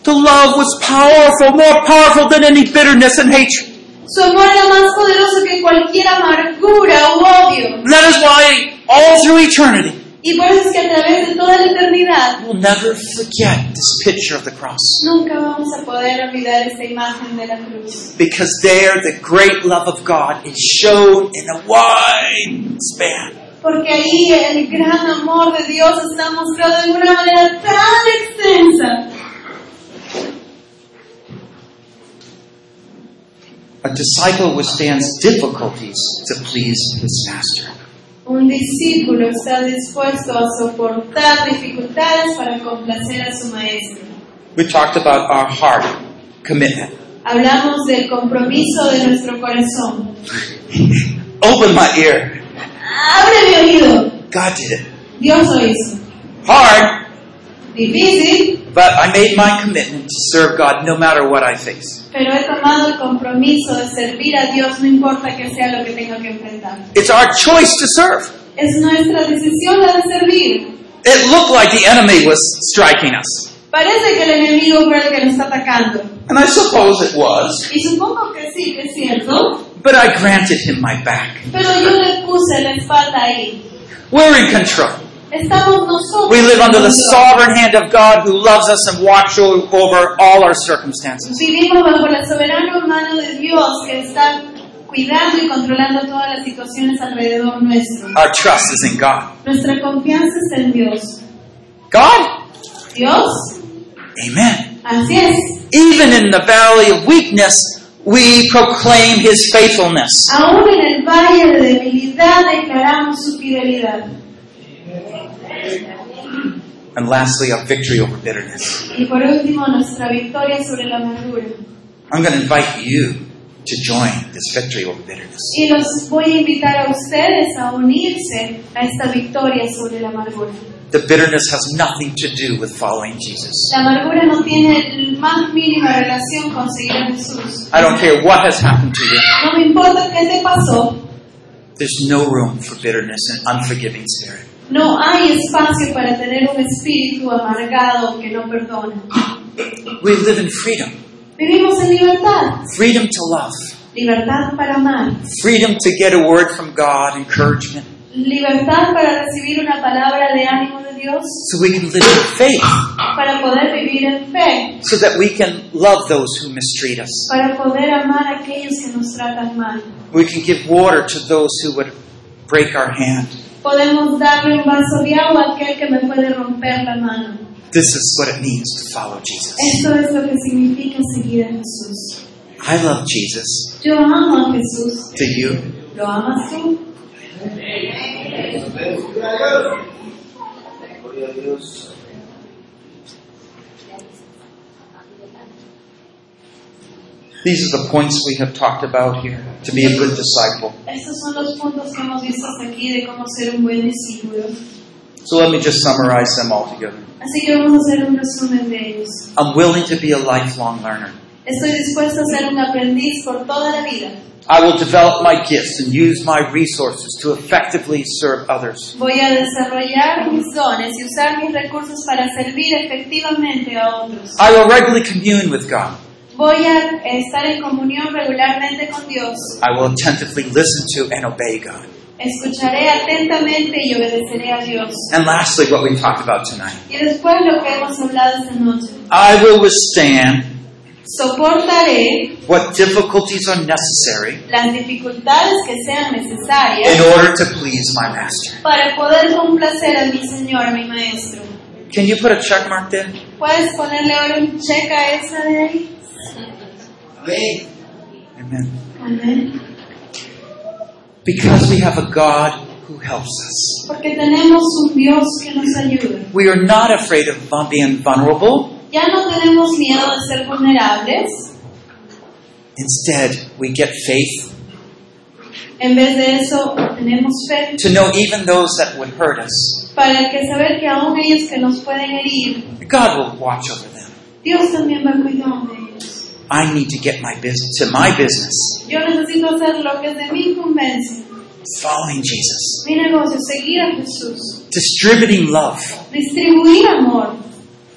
S1: The love was powerful, more powerful than any bitterness and hatred.
S2: Su amor era más poderoso que cualquier amargura o odio.
S1: And that is why all through eternity
S2: Y por eso es que a través de toda la eternidad
S1: we'll never forget this picture of the cross.
S2: nunca vamos a poder olvidar esta imagen de la cruz.
S1: Because there the great love of God is shown in a wide span.
S2: Porque ahí el gran amor de Dios está mostrado de una manera tan extensa.
S1: A disciple withstands difficulties to please his master.
S2: Un discípulo está dispuesto a soportar dificultades para complacer a su maestro.
S1: We talked about our heart commitment.
S2: Hablamos del compromiso de nuestro corazón.
S1: Open my ear.
S2: Abre mi oído.
S1: God did it.
S2: Dios lo hizo.
S1: Hard,
S2: Difícil,
S1: but I made my commitment to serve God no matter what I face.
S2: pero he tomado el compromiso de servir a Dios no importa que sea lo que tenga que enfrentar.
S1: It's our choice to serve.
S2: Es nuestra decisión la de servir.
S1: It looked like the enemy was striking us.
S2: Parece que el enemigo fue el que nos está atacando.
S1: And I suppose it was,
S2: Y supongo que sí, que es cierto.
S1: but I granted him my back.
S2: Pero yo le puse la espalda ahí.
S1: We're in control.
S2: Estamos nosotros.
S1: We live under the
S2: Dios.
S1: sovereign hand of God who loves us and watches over all our circumstances.
S2: Vivimos bajo la soberana mano de Dios que está cuidando y controlando todas las situaciones alrededor nuestro.
S1: Our trust is in God.
S2: Nuestra confianza está en Dios.
S1: God?
S2: Dios,
S1: Amen.
S2: así es.
S1: Even in the valley of weakness, we proclaim his faithfulness.
S2: Aún en el valle de debilidad declaramos su fidelidad.
S1: And lastly, our victory over bitterness.
S2: Y por último, nuestra victoria sobre la amargura.
S1: I'm going to invite you to join this victory over bitterness.
S2: Y los voy a invitar a ustedes a unirse a esta victoria sobre la amargura.
S1: The bitterness has nothing to do with following Jesus.
S2: La amargura no tiene la más mínima relación con seguir a Jesús.
S1: I don't care what has happened to you.
S2: No me importa qué te pasó,
S1: There's no room for bitterness and unforgiving spirit.
S2: No hay espacio para tener un espíritu amargado que no perdona.
S1: We live in freedom.
S2: Vivimos en libertad,
S1: Freedom to love.
S2: libertad para amar,
S1: Freedom to get a word from God, encouragement.
S2: libertad para recibir una palabra de ánimo de Dios,
S1: So we can live in faith.
S2: para poder vivir en fe,
S1: So that we can love those who mistreat us.
S2: para poder amar a aquellos que nos tratan mal.
S1: We can give water to those who would break our hand.
S2: Podemos darle un vaso de agua a aquel que me puede romper la mano.
S1: This is what it means to follow Jesus.
S2: Esto es lo que significa seguir a Jesús.
S1: I love Jesus.
S2: Yo amo a Jesús.
S1: Do you?
S2: ¿Lo amas tú?
S1: These are the points we have talked about here to be a good disciple.
S2: Estos son los puntos que hemos visto hasta aquí de cómo ser un buen discípulo.
S1: So let me just summarize them all together.
S2: Así que vamos a hacer un resumen de ellos.
S1: I'm willing to be a lifelong learner.
S2: Estoy dispuesto a ser un aprendiz por toda la vida.
S1: I will develop my gifts and use my resources to effectively serve others.
S2: Voy a desarrollar mis dones y usar mis recursos para servir efectivamente a otros.
S1: I will regularly commune with God.
S2: Voy a estar en comunión regularmente con Dios.
S1: I will attentively listen to and obey God.
S2: Escucharé atentamente y obedeceré a Dios.
S1: And lastly, what we talked about tonight.
S2: Y después lo que hemos hablado esta noche.
S1: I will withstand
S2: Soportaré
S1: what difficulties are necessary
S2: las dificultades que sean
S1: in
S2: necesarias
S1: order to please my master.
S2: para poder complacer a mi Señor, a mi Maestro.
S1: Can you put a check mark there?
S2: ¿Puedes ponerle ahora un cheque a esa de ahí?
S1: Amen.
S2: Amén.
S1: Because we have a God who helps us.
S2: Porque tenemos un Dios que nos ayuda.
S1: We are not afraid of vul- being vulnerable.
S2: Ya no tenemos miedo de ser vulnerables.
S1: Instead, we get faith
S2: En vez de eso, tenemos fe
S1: to know even those that would hurt us.
S2: para que saber que aún ellos que nos pueden herir,
S1: God will watch over them.
S2: Dios también va a cuidar de ellos.
S1: I need to get my business to my business.
S2: Yo necesito hacer lo que es de mi incumbencia.
S1: Following Jesus,
S2: Mi negocio, seguir a Jesús,
S1: distributing love
S2: distribuir amor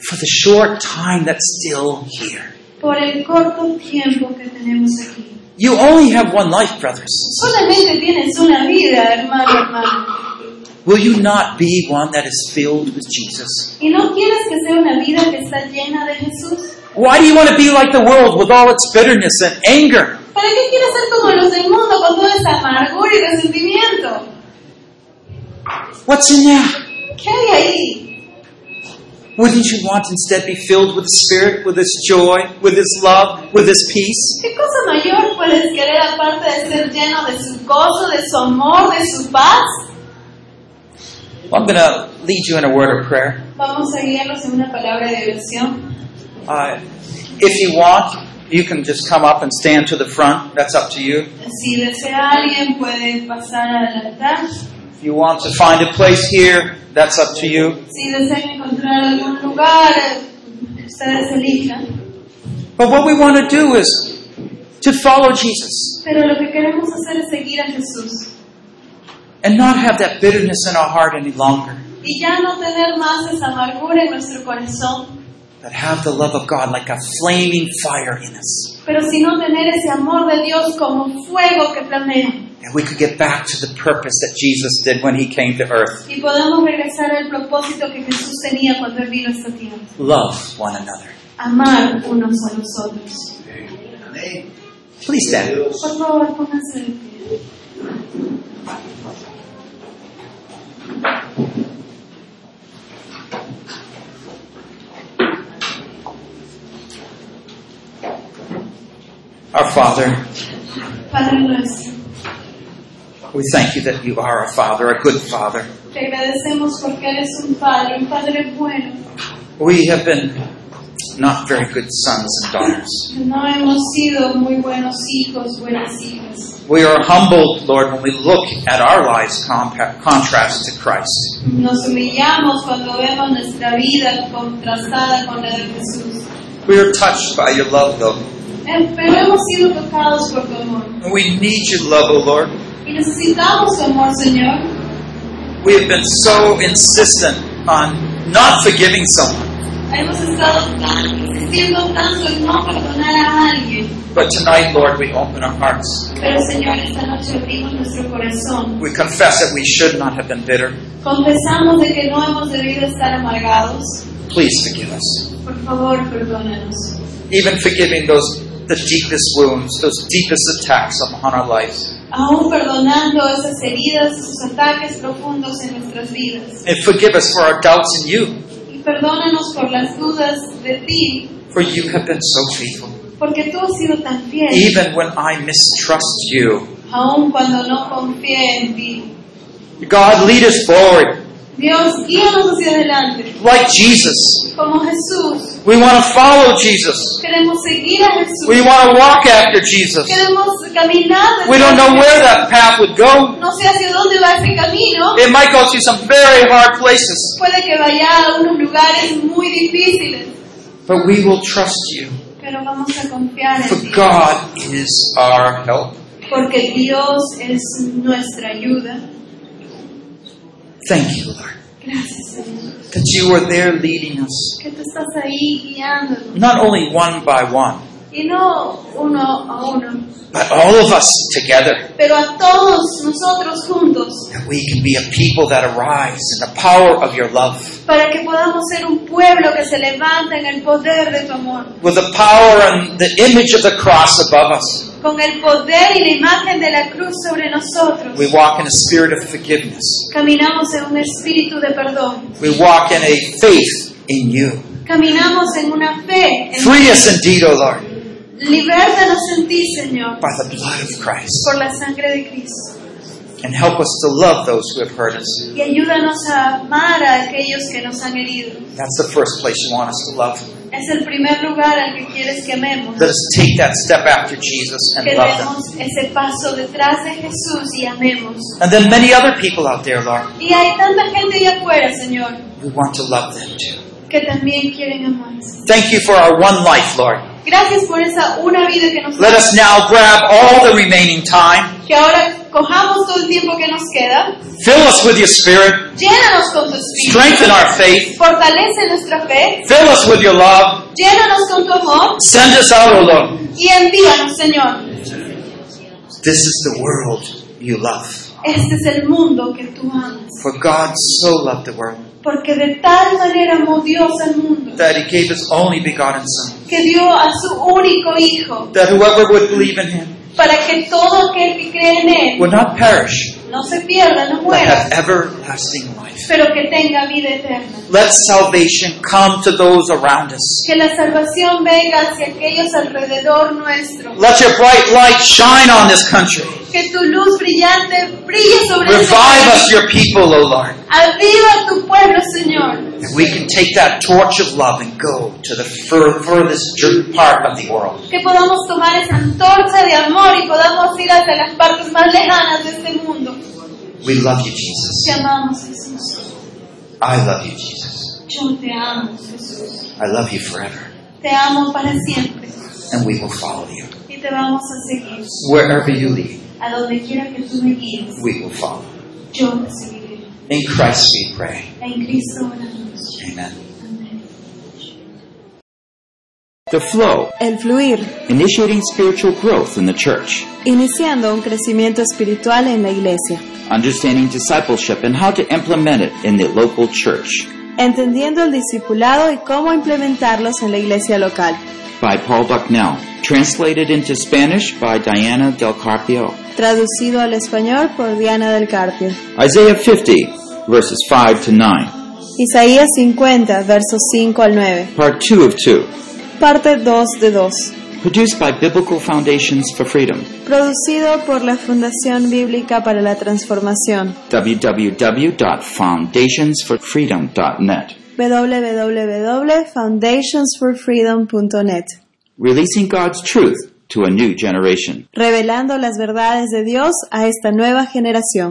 S1: for the short time that's still here.
S2: por el corto tiempo que tenemos aquí.
S1: You only have one life, brothers.
S2: Solamente tienes una vida, hermano, hermano.
S1: Will you not be one that is filled with Jesus?
S2: ¿Y no quieres que sea una vida que está llena de Jesús?
S1: Why do you want to be like the world with all its bitterness and anger?
S2: ¿Para qué quieres ser como los del mundo con toda esa amargura y resentimiento?
S1: What's in there?
S2: ¿Qué hay ahí?
S1: Wouldn't you want instead be filled with the Spirit, with His joy, with His love, with His peace?
S2: ¿Qué cosa mayor árboles que él era parte de ser lleno de su gozo, de su amor, de su paz.
S1: Well, I'm going to lead you in a word of prayer.
S2: Vamos a guiarnos en una palabra de oración.
S1: Uh, if you want, you can just come up and stand to the front. That's up to you.
S2: Si desea alguien puede pasar al altar.
S1: If you want to find a place here, that's up to you.
S2: Si desean encontrar algún lugar, eh, ustedes elijan.
S1: But what we want to do is to follow Jesus
S2: Pero lo que queremos hacer es seguir a Jesús
S1: and not have that bitterness in our heart any longer,
S2: y ya no tener más esa amargura en nuestro corazón,
S1: but have the love of God like a flaming fire in us.
S2: pero sino tener ese amor de Dios como fuego que planea.
S1: And we could get back to the purpose that Jesus did when he came to earth
S2: y podamos regresar al propósito que Jesús tenía cuando Él vino a esta tierra.
S1: love one another.
S2: Amar unos a los otros.
S1: Please stand.
S2: Por favor, pónganse de pie.
S1: Our Father,
S2: Padre nuestro,
S1: we thank you that you are a Father, a good Father.
S2: te agradecemos porque eres un Padre, un Padre bueno.
S1: We have been not very good sons and daughters.
S2: No hemos sido muy buenos hijos, buenas hijas.
S1: We are humbled, Lord, when we look at our lives compa- contrast to Christ.
S2: Nos humillamos cuando vemos nuestra vida contrastada con la de Jesús.
S1: We are touched by your love, though.
S2: Eh, Pero hemos sido tocados por tu amor.
S1: And we need your love, O Lord.
S2: Y necesitamos tu amor, Señor.
S1: We have been so insistent on not forgiving someone.
S2: Hemos estado tan, insistiendo tanto en no perdonar a alguien,
S1: But tonight, Lord, we open our hearts.
S2: pero Señor, esta noche abrimos nuestro corazón.
S1: We confess that we should not have been bitter.
S2: Confesamos de que no hemos debido estar amargados.
S1: Please forgive us.
S2: Por favor, perdónanos.
S1: Even forgiving those the deepest wounds, those deepest attacks upon our lives.
S2: Aún perdonando esas heridas, esos ataques profundos en nuestras vidas.
S1: And forgive us for our doubts in you.
S2: Y perdónanos por las dudas de ti,
S1: For you have been so faithful.
S2: porque tú has sido tan fiel,
S1: Even when I mistrust you.
S2: aún cuando no confié en ti.
S1: God, lead us forward.
S2: Dios, guíanos hacia adelante.
S1: Like Jesus.
S2: Como Jesús,
S1: We want to follow Jesus.
S2: queremos seguir a Jesús.
S1: We want to walk after Jesus.
S2: Queremos caminar.
S1: We don't know where that path would go.
S2: No sé hacia dónde va ese camino.
S1: It might go through some very hard places.
S2: Puede que vaya a unos lugares muy difíciles,
S1: But we will trust you.
S2: pero vamos a confiar
S1: For
S2: en ti.
S1: God is our help.
S2: Porque Dios es nuestra ayuda.
S1: Thank you, Lord,
S2: Gracias, Señor.
S1: that you are there leading us.
S2: Que tú estás ahí guiándonos.
S1: Not only one by one,
S2: Y no uno a uno,
S1: but all of us together.
S2: pero a todos nosotros juntos.
S1: That we can be a people that arise in the power of your love.
S2: Para que podamos ser un pueblo que se levanta en el poder de tu amor.
S1: with the power and the image of the cross above us.
S2: Con el poder y la imagen de la cruz sobre nosotros.
S1: We walk in a spirit of forgiveness.
S2: Caminamos en un espíritu de perdón.
S1: We walk in a faith in you.
S2: Caminamos en una fe. En
S1: Free us indeed, O Lord,
S2: Libértanos en ti, Señor,
S1: by the blood of Christ.
S2: por la sangre de Cristo.
S1: And help us to love those who have hurt us.
S2: Y ayúdanos a amar a aquellos que nos han herido.
S1: That's the first place you want us to love.
S2: Es el primer lugar al que quieres que amemos.
S1: Let us take that step after Jesus and
S2: Que
S1: love them.
S2: demos ese paso detrás de Jesús y amemos.
S1: And then many other people out there, Lord,
S2: Y hay tanta gente allá afuera, Señor,
S1: we want to love them too.
S2: que también quieren amar.
S1: Thank you for our one life, Lord.
S2: Gracias por esa una vida que nos
S1: Let us now grab all the remaining time.
S2: Que ahora cojamos todo el tiempo que nos queda.
S1: Fill us with your spirit.
S2: Llénanos con tu espíritu.
S1: Strengthen our faith.
S2: Fortalece nuestra fe.
S1: Fill us with your love.
S2: Llénanos con tu amor.
S1: Send us out, O Lord.
S2: Y envíanos, Señor.
S1: This is the world you love.
S2: Este es el mundo que tú amas,
S1: For God so loved the world
S2: porque de tal manera amó Dios al mundo
S1: that he gave his only begotten Son,
S2: que dio a su único Hijo,
S1: that whoever would believe in him
S2: para que todo aquel que cree en Él
S1: would not perish,
S2: no se pierda, no
S1: but
S2: muera,
S1: have everlasting life.
S2: pero que tenga vida eterna.
S1: Let salvation come to those around us.
S2: Que la salvación venga hacia aquellos alrededor nuestro.
S1: Let your bright light shine on this country.
S2: Que tu luz brillante brille sobre este
S1: Revive
S2: país.
S1: us, your people, O Lord.
S2: Aviva tu pueblo, Señor.
S1: And we can take that torch of love and go to the fur- furthest jer- part of the world.
S2: Que podamos tomar esa antorcha de amor y podamos ir hacia las partes más lejanas de este mundo.
S1: We love you, Jesus.
S2: Te amamos, Jesús.
S1: I love you, Jesus.
S2: Yo te amo, Jesús.
S1: I love you forever.
S2: Te amo para siempre.
S1: And we will follow you.
S2: Y te vamos a seguir.
S1: Wherever you lead,
S2: A donde quiera que tú me guíes,
S1: we will follow.
S2: yo te seguiré.
S1: In Christ we pray.
S2: En Cristo oramos.
S1: Amen.
S2: Amén.
S4: The flow,
S5: El fluir,
S4: initiating spiritual growth in the church,
S5: iniciando un crecimiento espiritual en la iglesia,
S4: understanding discipleship and how to implement it in the local church
S5: entendiendo el discipulado y cómo implementarlos en la iglesia local.
S4: by Paul Bucknell, translated into Spanish by Diana Del Carpio.
S5: Traducido al español por Diana del Carpio.
S4: Isaiah 50, verses 5 to 9,
S5: Isaías 50, versos 5 al 9.
S4: part 2 of 2,
S5: Parte 2 de 2.
S4: produced by Biblical Foundations for Freedom,
S5: Producido por la Fundación Bíblica para la Transformación.
S4: www.foundationsforfreedom.net,
S5: www.foundationsforfreedom.net.
S4: releasing God's truth to a new generation.
S5: Revelando las verdades de Dios a esta nueva generación.